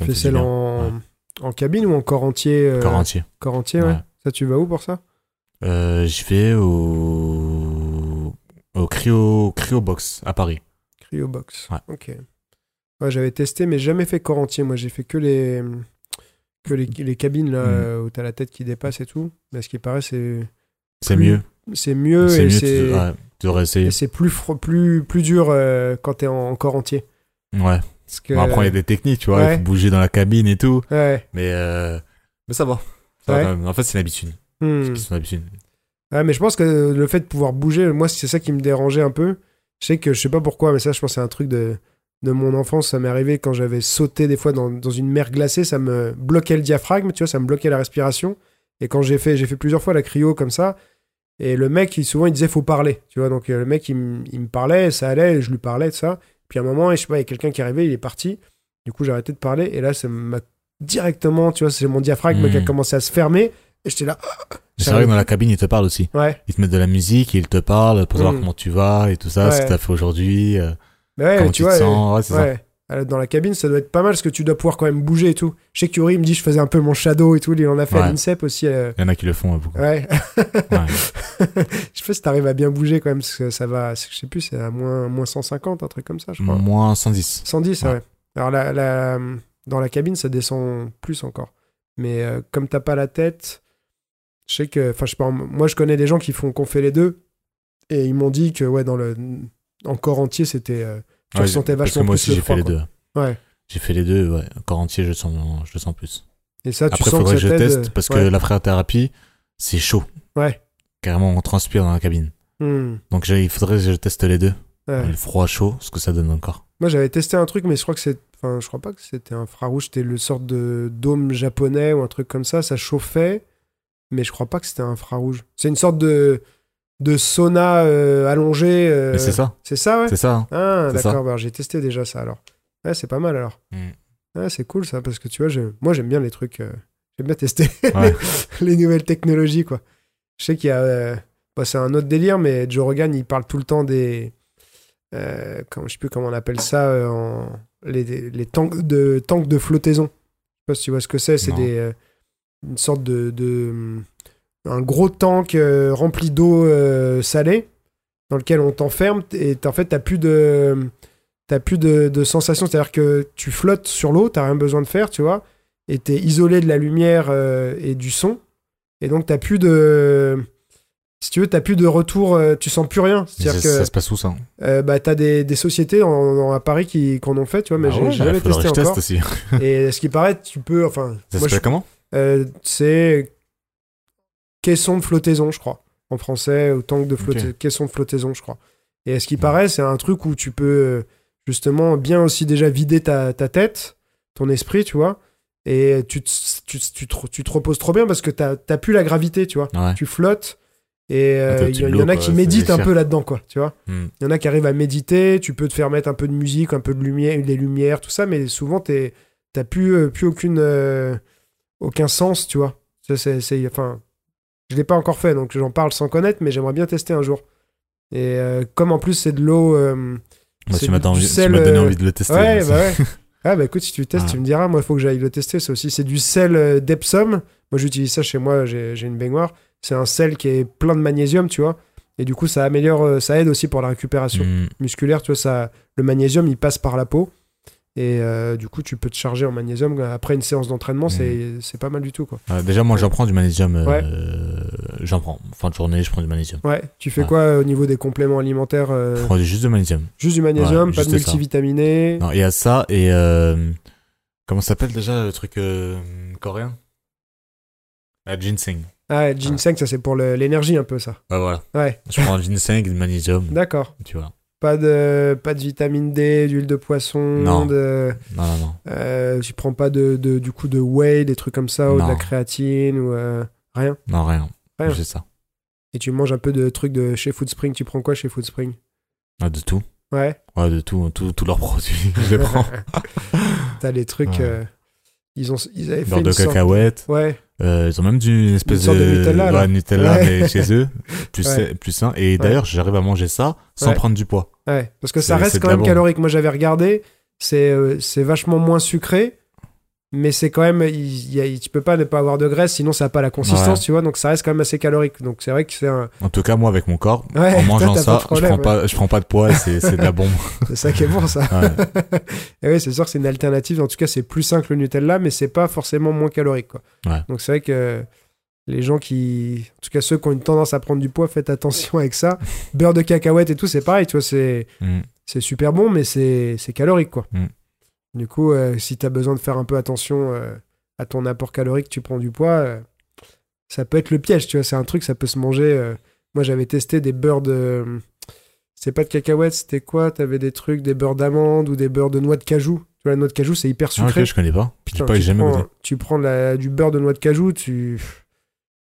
Ça me
fais
fait du
celle
bien.
en, en cabine ou en corps entier euh,
corps entier.
corps entier, ouais.
Ouais.
Ça, tu vas où pour ça
Euh, je vais au, au cryo, cryo box à Paris.
Cryobox.
Ouais.
Ok. Ouais, j'avais testé, mais jamais fait corps entier. Moi, j'ai fait que les que les, les cabines là,
Mm.
euh, où t'as la tête qui dépasse et tout. Mais à ce qui paraît, c'est
C'est
Plus-
mieux.
c'est mieux
c'est
et
mieux. Tu,
c'est
ouais, tu devrais essayer.
et c'est plus fro- plus plus dur euh, quand t'es en, en corps entier.
Ouais.
Parce que
Bon, après, il y a des techniques, tu vois.
ouais.
Il faut bouger dans la cabine et tout.
ouais.
Mais, euh, mais ça va. Ça va
Ouais.
quand même. En fait, c'est une habitude.
Hmm.
C'est une habitude.
Ouais, mais je pense que le fait de pouvoir bouger, moi, c'est ça qui me dérangeait un peu. Je sais que je sais pas pourquoi, mais ça, je pense que c'est un truc de, de mon enfance. Ça m'est arrivé quand j'avais sauté des fois dans, dans une mer glacée, ça me bloquait le diaphragme, tu vois, ça me bloquait la respiration. Et quand j'ai fait, j'ai fait plusieurs fois la cryo comme ça. Et le mec, il, souvent, il disait faut parler, tu vois. Donc euh, le mec, il, m- il me parlait, ça allait, je lui parlais de ça. Puis à un moment, je sais pas, il y a quelqu'un qui est arrivé, il est parti. Du coup, j'ai arrêté de parler et là, ça m'a directement, tu vois, c'est mon diaphragme
Mm.
qui a commencé à se fermer et j'étais là.
C'est vrai que dans la cabine, ils te parlent aussi.
Ouais.
Ils te mettent de la musique, ils te parlent pour savoir
Mm.
comment tu vas et tout ça, ce
Ouais.
que t'as fait aujourd'hui, euh,
Mais ouais,
comment tu,
tu vois. euh,
te sens. Ouais, c'est ça.
Ouais. Alors, Dans la cabine, ça doit être pas mal parce que tu dois pouvoir quand même bouger et tout. Je sais que Yuri il me dit je faisais un peu mon shadow et tout. Il en a fait à
Ouais.
l'INSEP aussi. euh,
Il y en a qui le font euh, beaucoup.
Ouais.
Ouais.
je sais pas si t'arrives à bien bouger quand même parce que ça va, je sais plus, c'est à moins, moins 150, un truc comme ça, je crois.
Moins 110.
110, ouais.
Ouais.
Alors la, la- dans la cabine, ça descend plus encore. Mais euh, comme t'as pas la tête, je sais que, enfin, je sais pas, moi je connais des gens qui font, qu'on fait les deux et ils m'ont dit que, ouais, dans le, en corps entier, c'était. euh, Tu
Ouais,
ressentais
parce que
vachement
moi
plus
aussi,
le
j'ai
froid,
fait les
quoi.
deux.
Ouais.
J'ai fait les deux, ouais. Corps entier, je le sens, je le sens plus.
et ça, Ah, tu
Après,
sens
faudrait
que
que je
ça t'aide,
teste parce que
ouais.
la frère-thérapie, c'est chaud.
Ouais.
Carrément, on transpire dans la cabine.
Hmm,
Donc, j'ai- il faudrait que je teste les deux.
ouais.
Le froid, chaud, ce que ça donne encore.
Moi, j'avais testé un truc, mais je crois que c'est. Enfin, je crois pas que c'était infrarouge. C'était le sorte de dôme japonais ou un truc comme ça. Ça chauffait, mais je crois pas que c'était infrarouge. C'est une sorte de de sauna euh, allongé. euh,
Mais c'est ça,
C'est ça, ouais.
c'est ça. hein.
Ah,
c'est ça.
d'accord. bah alors, j'ai testé déjà ça alors. Ouais, c'est pas mal alors.
Mm.
Ouais, c'est cool ça parce que tu vois, j'ai- moi j'aime bien les trucs. euh, J'aime bien tester
Ouais.
les, les nouvelles technologies quoi. Je sais qu'il y a. euh, bah, c'est un autre délire, mais Joe Rogan il parle tout le temps des. euh, comment, je sais plus comment on appelle ça. euh, en- les, les tanks de tanks de flottaison. Je sais pas si tu vois ce que c'est. C'est
Non.
des euh, une sorte de, de hum, un gros tank euh, rempli d'eau euh, salée dans lequel on t'enferme et t'as- en fait t'as plus de t'as plus de, de sensation c'est à dire que tu flottes sur l'eau t'as rien besoin de faire tu vois et t'es isolé de la lumière euh, et du son et donc t'as plus de si tu veux t'as plus de retour euh, tu sens plus rien c'est
Mais
à
Ça,
dire que
ça se passe où ça hein
euh, bah t'as des, des sociétés en, en- à Paris qui qu'on en fait tu vois mais
Ah
j'ai
ouais,
j'ai jamais
faudrait
testé
que je
encore
teste aussi.
et ce qui paraît tu peux enfin
Ça
moi, je-
s'appelle comment
euh, c'est caisson de flottaison, je crois. En français, ou tank de flottaison, caisson de flottaison, je crois. Et à ce qui
Ouais.
paraît, c'est un truc où tu peux euh, justement bien aussi déjà vider ta, ta tête, ton esprit, tu vois. Et tu te, tu, te- tu te- tu te reposes trop bien parce que t'as t'as plus la gravité, tu vois.
Ouais.
Tu flottes. Et
Ah, t'es
euh, il
au-dessus
y,
de
il y en
l'eau,
a
quoi,
qui
c'est
méditent un
cher.
peu là-dedans, quoi, tu vois.
Hmm.
Il y en a qui arrivent à méditer, tu peux te faire mettre un peu de musique, un peu de lumière, des lumières, tout ça, mais souvent t'es- t'as plus, euh, plus aucune, euh, aucun sens, tu vois. Ça, c'est, c'est- enfin, je l'ai pas encore fait, donc j'en parle sans connaître, mais j'aimerais bien tester un jour. Et euh, comme en plus c'est de l'eau, euh,
Moi,
C'est
tu m'as
du
donné envie- tu
sel,
m'as donné
euh,
envie de le tester.
ouais,
ça.
bah ouais. Ah bah écoute, si tu le testes,
Ah.
tu me diras. Moi, il faut que j'aille le tester. Ça aussi, c'est du sel euh, d'Epsom. Moi, j'utilise ça chez moi. J'ai j'ai une baignoire. C'est un sel qui est plein de magnésium, tu vois. Et du coup, ça améliore, euh, ça aide aussi pour la récupération
Hmm.
musculaire. Tu vois, ça, le magnésium, il passe par la peau. Et euh, du coup, tu peux te charger en magnésium euh, après une séance d'entraînement.
Mm.
C'est c'est pas mal du tout, quoi.
Euh, déjà, moi, j'en prends du magnésium. euh,
Ouais.
J'en prends. Fin de journée, je prends du magnésium.
Ouais. Tu fais
Ouais.
quoi euh, au niveau des compléments alimentaires euh,
Je prends juste du magnésium.
Juste du magnésium,
Ouais,
pas de
juste ça.
multivitaminé.
Non, il y a ça et. euh, comment ça s'appelle déjà le truc euh, coréen La ginseng.
Ah, et ginseng, ça c'est pour le- l'énergie un peu, ça.
Ouais, Bah, voilà.
Ouais.
Je prends du ginseng et du magnésium.
D'accord.
Tu vois.
Pas de, pas de vitamine D, d'huile de poisson,
Non.
de.
Non, non, non.
Euh, tu prends pas de, de- du coup de whey, des trucs comme ça, ou de
Non.
la créatine, ou euh, rien.
Non, rien.
Rien.
J'ai ça.
Et tu manges un peu de trucs de chez Foodspring. Tu prends quoi chez Foodspring
Ouais, de tout.
Ouais.
Ouais, de tout. Tous tous leurs produits, je les prends.
T'as les trucs.
Ouais.
euh, ils, ont, ils avaient fait
Beurre
une
de
sorte-
cacahuète.
Ouais,
Euh, ils ont même du, une espèce
sorte de Nutella, là.
ouais, Nutella,
Ouais.
mais chez eux. Plus,
Ouais.
sain- plus sain. Et d'ailleurs, j'arrive à manger ça sans
Ouais.
prendre du poids.
ouais. Parce que ça
C'est-
reste
c'est de
quand
la
même
bombe.
calorique. Moi, j'avais regardé. C'est euh, c'est vachement moins sucré. Mais c'est quand même. il- il y a- il- tu peux pas ne pas avoir de graisse, sinon ça n'a pas la consistance,
Ouais.
tu vois. Donc ça reste quand même assez calorique. Donc c'est vrai que c'est un.
En tout cas, moi, avec mon corps,
Ouais,
en mangeant
toi, t'as pas de
ça,
problème,
je, prends pas, je prends pas de poids, c'est c'est de la bombe.
C'est ça qui est bon, ça.
Ouais.
Et oui, c'est sûr que c'est une alternative. En tout cas, c'est plus simple le Nutella, mais c'est pas forcément moins calorique. Quoi.
Ouais.
Donc c'est vrai que les gens qui, en tout cas ceux qui ont une tendance à prendre du poids, faites attention avec ça. Beurre de cacahuète et tout, c'est pareil. Tu vois, c'est
Mm.
c'est super bon, mais c'est c'est calorique quoi.
Mm.
Du coup, euh, si tu as besoin de faire un peu attention euh, à ton apport calorique, tu prends du poids, euh, ça peut être le piège. Tu vois, c'est un truc, ça peut se manger. euh. Moi, j'avais testé des beurres de c'est pas de cacahuètes, c'était quoi T'avais des trucs, des beurres d'amande ou des beurres de noix de cajou. Tu vois, la noix de cajou, c'est hyper
Ah,
sucré.
ok, je connais pas. J'ai
Putain,
pas
tu,
jamais
prends,
goûté.
tu prends de la- du beurre de noix de cajou, tu,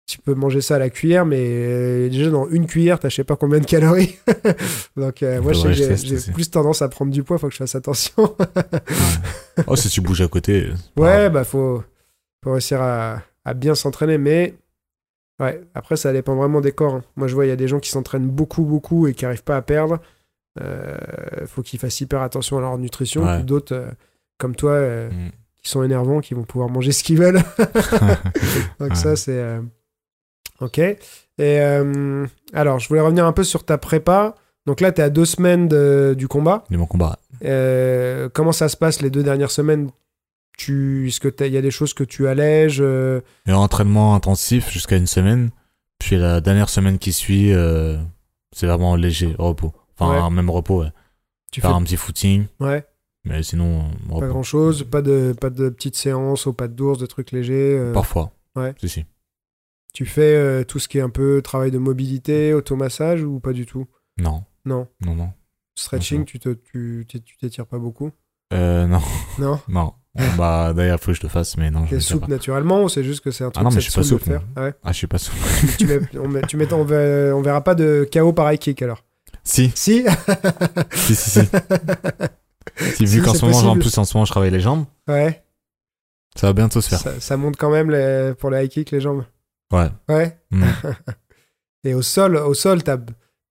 tu peux manger ça à la cuillère, mais euh, déjà dans une cuillère, t'as je sais pas combien de calories. Donc euh, moi, je
Faudrait
sais que
que je
j'ai-
teste
j'ai
aussi.
plus tendance à prendre du poids, faut que je fasse attention.
Ah.
hein.
Oh, si tu bouges à côté. euh, c'est pas
ouais,
grave.
bah faut, faut réussir à, à bien s'entraîner, mais ouais, après, ça dépend vraiment des corps. hein. Moi, je vois, il y a des gens qui s'entraînent beaucoup, beaucoup et qui arrivent pas à perdre. Euh, faut qu'ils fassent hyper attention à leur nutrition.
Ouais.
Puis D'autres, euh, comme toi, euh,
Mm.
qui sont énervants, qui vont pouvoir manger ce qu'ils veulent. Donc
Ouais.
ça, c'est... euh, Ok. Et euh, alors, je voulais revenir un peu sur ta prépa. Donc là, tu es à deux semaines de- du combat.
De mon combat.
Euh, comment ça se passe les deux dernières semaines tu, Est-ce qu'il y a des choses que tu allèges euh,
Et entraînement intensif jusqu'à une semaine. Puis la dernière semaine qui suit, euh, c'est vraiment léger, repos. Enfin,
Ouais.
un même repos, ouais.
Tu
Faire
fais
un petit footing,
ouais,
mais sinon, euh,
pas
repos.
grand-chose Pas de, pas de petites séances au pas de d'ours, de trucs légers euh,
Parfois.
Ouais.
Si, si.
Tu fais euh, tout ce qui est un peu travail de
Mm.
mobilité, automassage ou pas du tout
Non.
Non.
Non, non.
Stretching,
Non,
tu te- tu t'é- tu t'étires pas beaucoup
Euh, non.
Non
Non. bah, d'ailleurs, faut que je le fasse, mais non, je
T'es
le fais
souple
pas. Ah
naturellement ou c'est juste que c'est un truc
non,
que
mais
ça
je
te
suis
saoule de
pas
faire Ouais.
Ah, je suis pas souple.
tu mets, on, met- tu mets- on, va- on verra pas de KO par high kick alors.
si,
Si
si, si, si. si
Si,
vu qu'en
c'est
ce moment, en
possible.
plus, en ce moment, je travaille les jambes,
Ouais.
ça va bientôt se faire.
Ça, ça monte quand même les- pour les high kick les jambes.
Ouais.
Ouais.
Mm.
Et au sol, au sol, t'as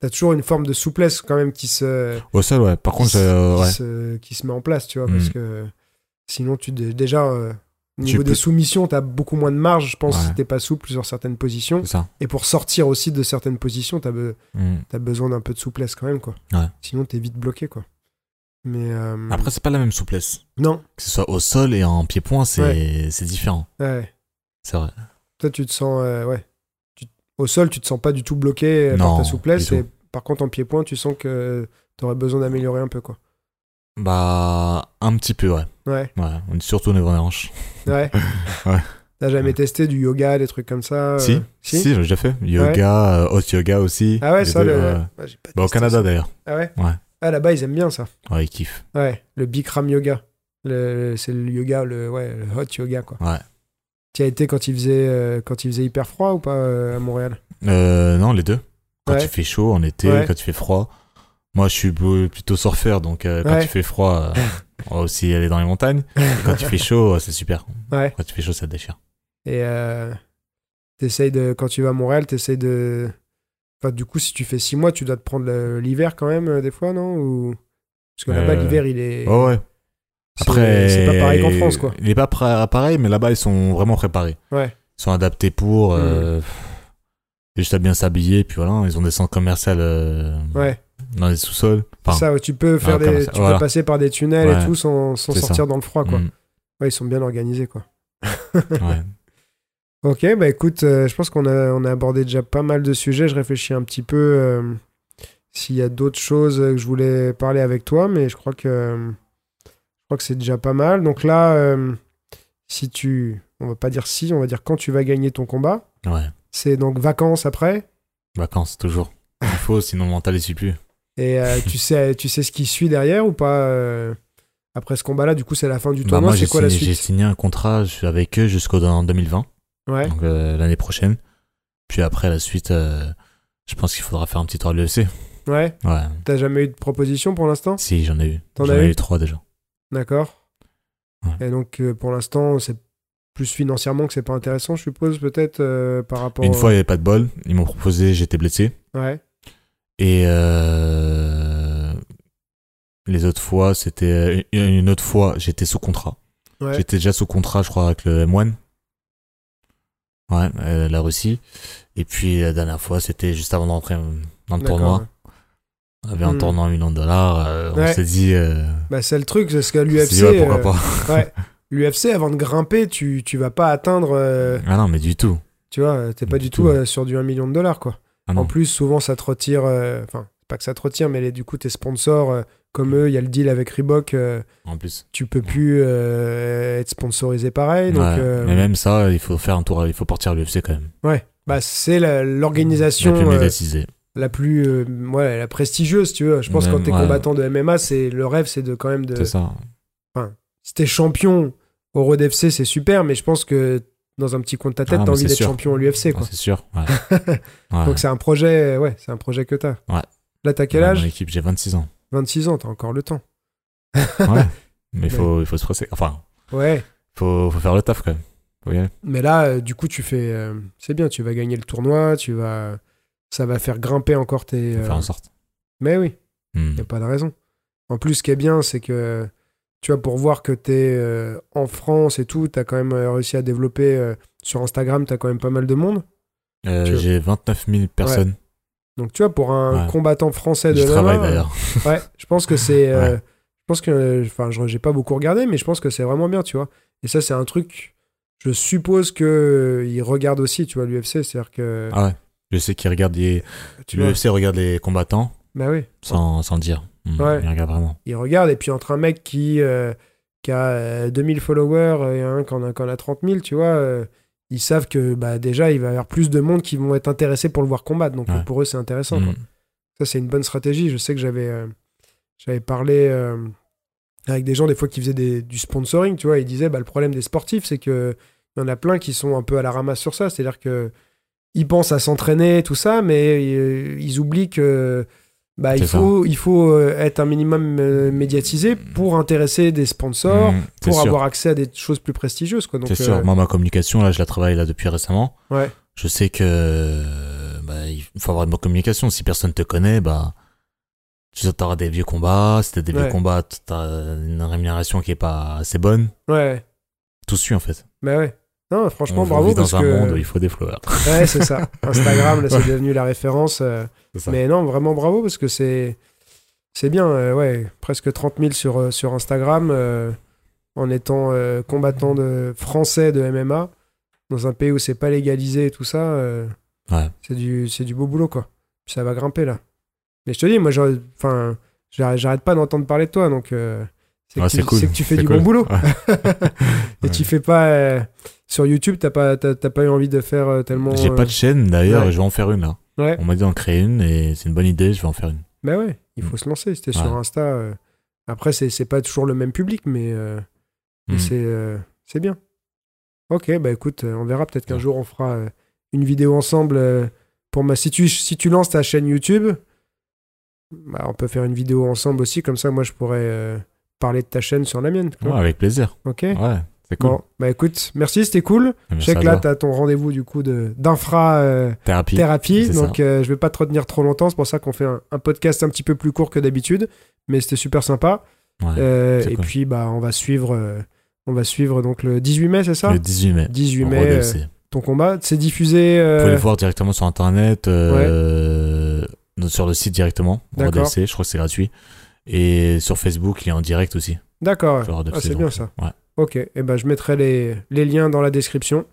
as toujours une forme de souplesse quand même qui se,
Au sol, ouais. Par contre,
qui,
euh,
se-
ouais.
qui se, qui se met en place, tu vois,
Mm.
parce que sinon tu dé- déjà euh, au
Tu
niveau des
peux-
soumissions, t'as beaucoup moins de marge, je pense,
Ouais.
si t'es pas souple sur certaines positions.
C'est ça.
Et pour sortir aussi de certaines positions, t'as be-
Mm.
t'as besoin d'un peu de souplesse quand même, quoi.
Ouais.
Sinon, t'es vite bloqué, quoi. Mais euh,
Après, c'est pas la même souplesse.
non,
Que ce soit au sol et en pied-point, c'est c'est différent.
ouais.
C'est vrai.
toi tu te sens, euh, ouais, Tu- au sol, tu te sens pas du tout bloqué euh, par
Non,
ta souplesse,
du
et par contre en pied-point, tu sens que euh, t'aurais besoin d'améliorer un peu, quoi.
Bah, un petit peu, ouais.
Ouais,
Ouais, on est surtout au niveau des hanches.
ouais.
Ouais.
T'as jamais testé du yoga, des trucs comme ça euh,
Si, si, j'ai déjà fait. Yoga, euh, hot yoga aussi.
Ah ouais,
les
ça,
deux,
le-
euh,
ouais, j'ai pas
Bah, au
testé
Canada
ça.
d'ailleurs.
Ah ouais
Ouais.
Ah là-bas, ils aiment bien ça.
Ouais, ils kiffent.
Ouais, le Bikram yoga. Le- C'est le yoga, le, ouais, le hot yoga, quoi.
Ouais.
Tu as été quand il faisait, euh, quand il faisait hyper froid ou pas euh, à Montréal
Euh, non, les deux. Quand
Ouais.
il fait chaud en été,
Ouais.
quand il fait froid. Moi, je suis beau- plutôt surfeur, donc euh, quand
Ouais.
il fait froid, euh, on va aussi aller dans les montagnes. Et quand il fait chaud, euh, c'est super.
Ouais.
Quand il fait chaud, ça te déchire.
Et euh, t'essayes de, quand tu vas à Montréal, t'essayes de. Enfin, du coup, si tu fais six mois, tu dois te prendre le- l'hiver quand même, euh, des fois, non Ou... Parce que là-bas,
Euh,
l'hiver, il est.
Ouais, ouais.
c'est-
Après,
C'est pas pareil qu'en France, quoi.
Il n'est pas pra- pareil, mais là-bas, ils sont vraiment préparés.
Ouais. Hmm.
Ils sont adaptés pour. euh, c'est juste à bien s'habiller, puis voilà, ils ont des centres commerciaux euh,
Ouais.
dans les sous-sols. Enfin, ah,
ça, ouais, tu peux faire
comme
des,
ça,
tu
voilà.
peux passer par des tunnels et
Ouais.
tout sans, sans
C'est
sortir
ça.
dans le froid, quoi.
mm,
Ouais, ils sont bien organisés, quoi.
ouais.
Ok, bah écoute, euh, je pense qu'on a, on a abordé déjà pas mal de sujets. Je réfléchis un petit peu euh, s'il y a d'autres choses euh, que je voulais parler avec toi, mais je crois que, euh, je crois que c'est déjà pas mal. Donc là, euh, si tu, on va pas dire si, on va dire quand tu vas gagner ton combat.
ouais.
C'est donc vacances après.
Vacances, toujours. Il faut, sinon le mental, il suit plus.
Et euh, tu sais, tu sais ce qui suit derrière ou pas euh, après ce combat-là. Du coup, c'est la fin du
Bah,
tournoi.
moi,
c'est
j'ai
quoi la
signé, j'ai
suite
signé un contrat je suis avec eux jusqu'au en 2020,
Ouais.
donc euh, l'année prochaine. Puis après, la suite, euh, je pense qu'il faudra faire un petit tour à l'UFC.
Ouais.
Ouais.
T'as jamais eu de proposition pour l'instant.
Si, j'en ai eu.
T'en
J'en
as eu
ai eu trois déjà.
D'accord.
Ouais.
Et donc, euh, pour l'instant, c'est plus financièrement que c'est pas intéressant, je suppose, peut-être, euh, par rapport. euh,
Une fois, il n'y avait pas de bol. Ils m'ont proposé, j'étais blessé.
Ouais,
Et euh, les autres fois, c'était euh, une une autre fois, j'étais sous contrat.
ouais.
J'étais déjà sous contrat, je crois, avec le M1. Ouais, euh, la Russie. Et puis la dernière fois, c'était juste avant d'entrer euh, dans le
D'accord,
tournoi.
ouais.
On avait un
Hmm.
tournoi à million de dollars. euh,
Ouais.
On s'est dit, euh,
Bah, c'est le truc, parce que
on s'est
l'UFC.
dit, ouais, pourquoi pas.
euh, L'UFC, avant de grimper, tu, tu vas pas atteindre. euh,
Ah non, mais du tout.
tu vois, euh, t'es pas
Du
du, tout,
tout.
euh, sur du 1 million de dollars, quoi.
Ah
en
non.
plus, souvent, ça te retire. euh, Enfin, pas que ça te retire, mais les- du coup, tes sponsors, euh, comme eux, il y a le deal avec Reebok, euh,
En plus.
tu peux plus euh, être sponsorisé pareil. Donc,
Ouais.
euh,
Mais même ça, il faut faire un tour, il faut partir à l'UFC quand même.
ouais. Bah, c'est la-
C'est
l'organisation.
plus
euh,
médiatisé.
la plus euh, ouais, la prestigieuse, tu veux. Je pense que quand
Même,
t'es
ouais.
combattant de MMA, c'est le rêve, c'est de quand même de.
C'est ça.
Si t'es champion au Road FC, c'est super, mais je pense que dans un petit coin de ta tête,
Ah,
t'as
mais
envie
c'est
d'être
sûr.
champion en UFC,
Ah,
quoi.
c'est sûr. Ouais. Ouais.
Donc c'est un projet, ouais, c'est un projet que t'as.
Ouais.
Là, t'as quel
Ouais,
âge
Dans l'équipe, j'ai 26 ans.
26 ans, t'as encore le temps.
Ouais. Mais il faut, il faut se presser. Enfin,
Ouais.
faut, faut faire le taf quand même. Faut y aller.
Mais là, euh, du coup, tu fais, euh, c'est bien, tu vas gagner le tournoi, tu vas, ça va faire grimper encore tes.
Faut
euh,
faire en sorte.
Mais oui,
Hmm.
y a pas de raison. En plus, ce qui est bien, c'est que tu vois, pour voir que t'es euh, en France et tout, t'as quand même euh, réussi à développer euh, sur Instagram, t'as quand même pas mal de monde.
Euh,
Tu-
j'ai 29 000 personnes.
Donc tu vois, pour un
Ouais.
combattant français de
J'y
MMA,
travaille
euh,
d'ailleurs.
Ouais, je pense que c'est. euh,
Ouais.
Je pense que. euh, Enfin, je- j'ai pas beaucoup regardé, mais je pense que c'est vraiment bien, tu vois. Et ça, c'est un truc. Je suppose que euh, ils regardent aussi, tu vois, l'UFC. C'est-à-dire que.
Ah ouais. Je sais qu'ils regardent les.
tu vois.
L'UFC regarde les combattants
Bah oui.
sans, sans dire. Hmm,
Ouais.
Ils regardent vraiment.
Ils regardent. Et puis, entre un mec qui. euh, qui a euh, 2000 followers et un qui en a, qui en a 30 000, tu vois. euh, ils savent que bah, déjà, il va y avoir plus de monde qui vont être intéressés pour le voir combattre. Donc,
Ouais.
pour eux, c'est intéressant. quoi.
Hmm.
Ça, c'est une bonne stratégie. Je sais que j'avais euh, j'avais parlé euh, avec des gens, des fois, qui faisaient des- du sponsoring, tu vois. Ils disaient, bah, le problème des sportifs, c'est que il y en a plein qui sont un peu à la ramasse sur ça. C'est-à-dire que ils pensent à s'entraîner, tout ça, mais euh, ils oublient que bah, il
C'est ça.
faut, il faut euh, être un minimum euh, médiatisé pour intéresser des sponsors,
Hmm, c'est
pour
sûr.
avoir accès à des choses plus prestigieuses. Quoi. Donc,
C'est sûr.
euh,
Moi, ma communication, là, je la travaille là depuis récemment.
Ouais.
Je sais que euh, bah, il faut avoir une bonne communication. Si personne te connaît, bah tu auras des vieux combats. Si t'as des
Ouais.
vieux combats, t'as une rémunération qui est pas assez bonne.
euh, ouais,
Tout suit en fait.
bah ouais. Non, franchement,
On
bravo.
vit dans
parce
un
que...
monde où il faut des followers.
Ouais, c'est ça. Instagram, là, c'est devenu la référence. euh,
C'est ça.
Mais non, vraiment bravo parce que c'est c'est bien. euh, ouais, presque 30 000 sur, euh, sur Instagram euh, en étant euh, combattant de français de MMA dans un pays où c'est pas légalisé et tout ça. euh,
Ouais.
C'est du c'est du beau boulot quoi. Puis ça va grimper là. Mais je te dis, moi, j'aurais- enfin, j'arrête j'arrête pas d'entendre parler de toi donc. euh, c'est
Ouais,
que, tu-
c'est cool.
c'est que tu fais
C'est
du
cool.
bon boulot.
Ouais.
Et tu fais pas. euh, sur YouTube, t'as pas, t'as- t'as pas eu envie de faire euh, tellement.
J'ai pas de chaîne d'ailleurs
ouais.
et je vais en faire une là.
Ouais.
On m'a dit d'en créer une et c'est une bonne idée, je vais en faire une.
Ben ouais, il faut
Mm.
se lancer. C'était
Ouais.
sur Insta. euh, Après, c'est c'est pas toujours le même public, mais euh, mais
Hmm.
c'est euh, c'est bien. Ok, bah écoute, euh, on verra. Peut-être qu'un
Ouais.
jour, on fera euh, une vidéo ensemble. euh, pour ma... si, tu, si tu lances ta chaîne YouTube, bah, on peut faire une vidéo ensemble aussi. Comme ça, moi, je pourrais euh, parler de ta chaîne sur la mienne. quoi.
Ouais, avec plaisir.
Ok
Ouais, c'est cool. Eh ben,
Bon, bah écoute, merci, c'était cool.
Merci
Je sais
à
que là,
toi.
t'as ton rendez-vous du coup de- d'infra. euh,
Thérapie.
thérapie.
c'est
Donc, euh, je vais pas te retenir trop longtemps. C'est pour ça qu'on fait un, un podcast un petit peu plus court que d'habitude, mais c'était super sympa.
Ouais.
Euh,
c'est
et
cool.
puis, bah, on va suivre, euh, on va suivre donc le 18 mai, c'est ça
Le 18 mai.
18
en
mai,
Roi
euh,
d'UFC.
ton combat, c'est diffusé.
Vous
euh,
pouvez le voir directement sur internet, euh, sur le site directement, Roi
D'accord.
DLC, je crois que c'est gratuit. Et sur Facebook, il est en direct aussi.
D'accord.
sur Horde of
Ah, c'est
Saison.
bien ça.
Ouais.
Ok. Et ben, je mettrai les, les liens dans la description.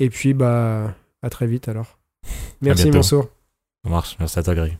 Et puis, bah, à très vite alors. Merci
bientôt.
Mansour.
Ça marche, merci à toi Greg.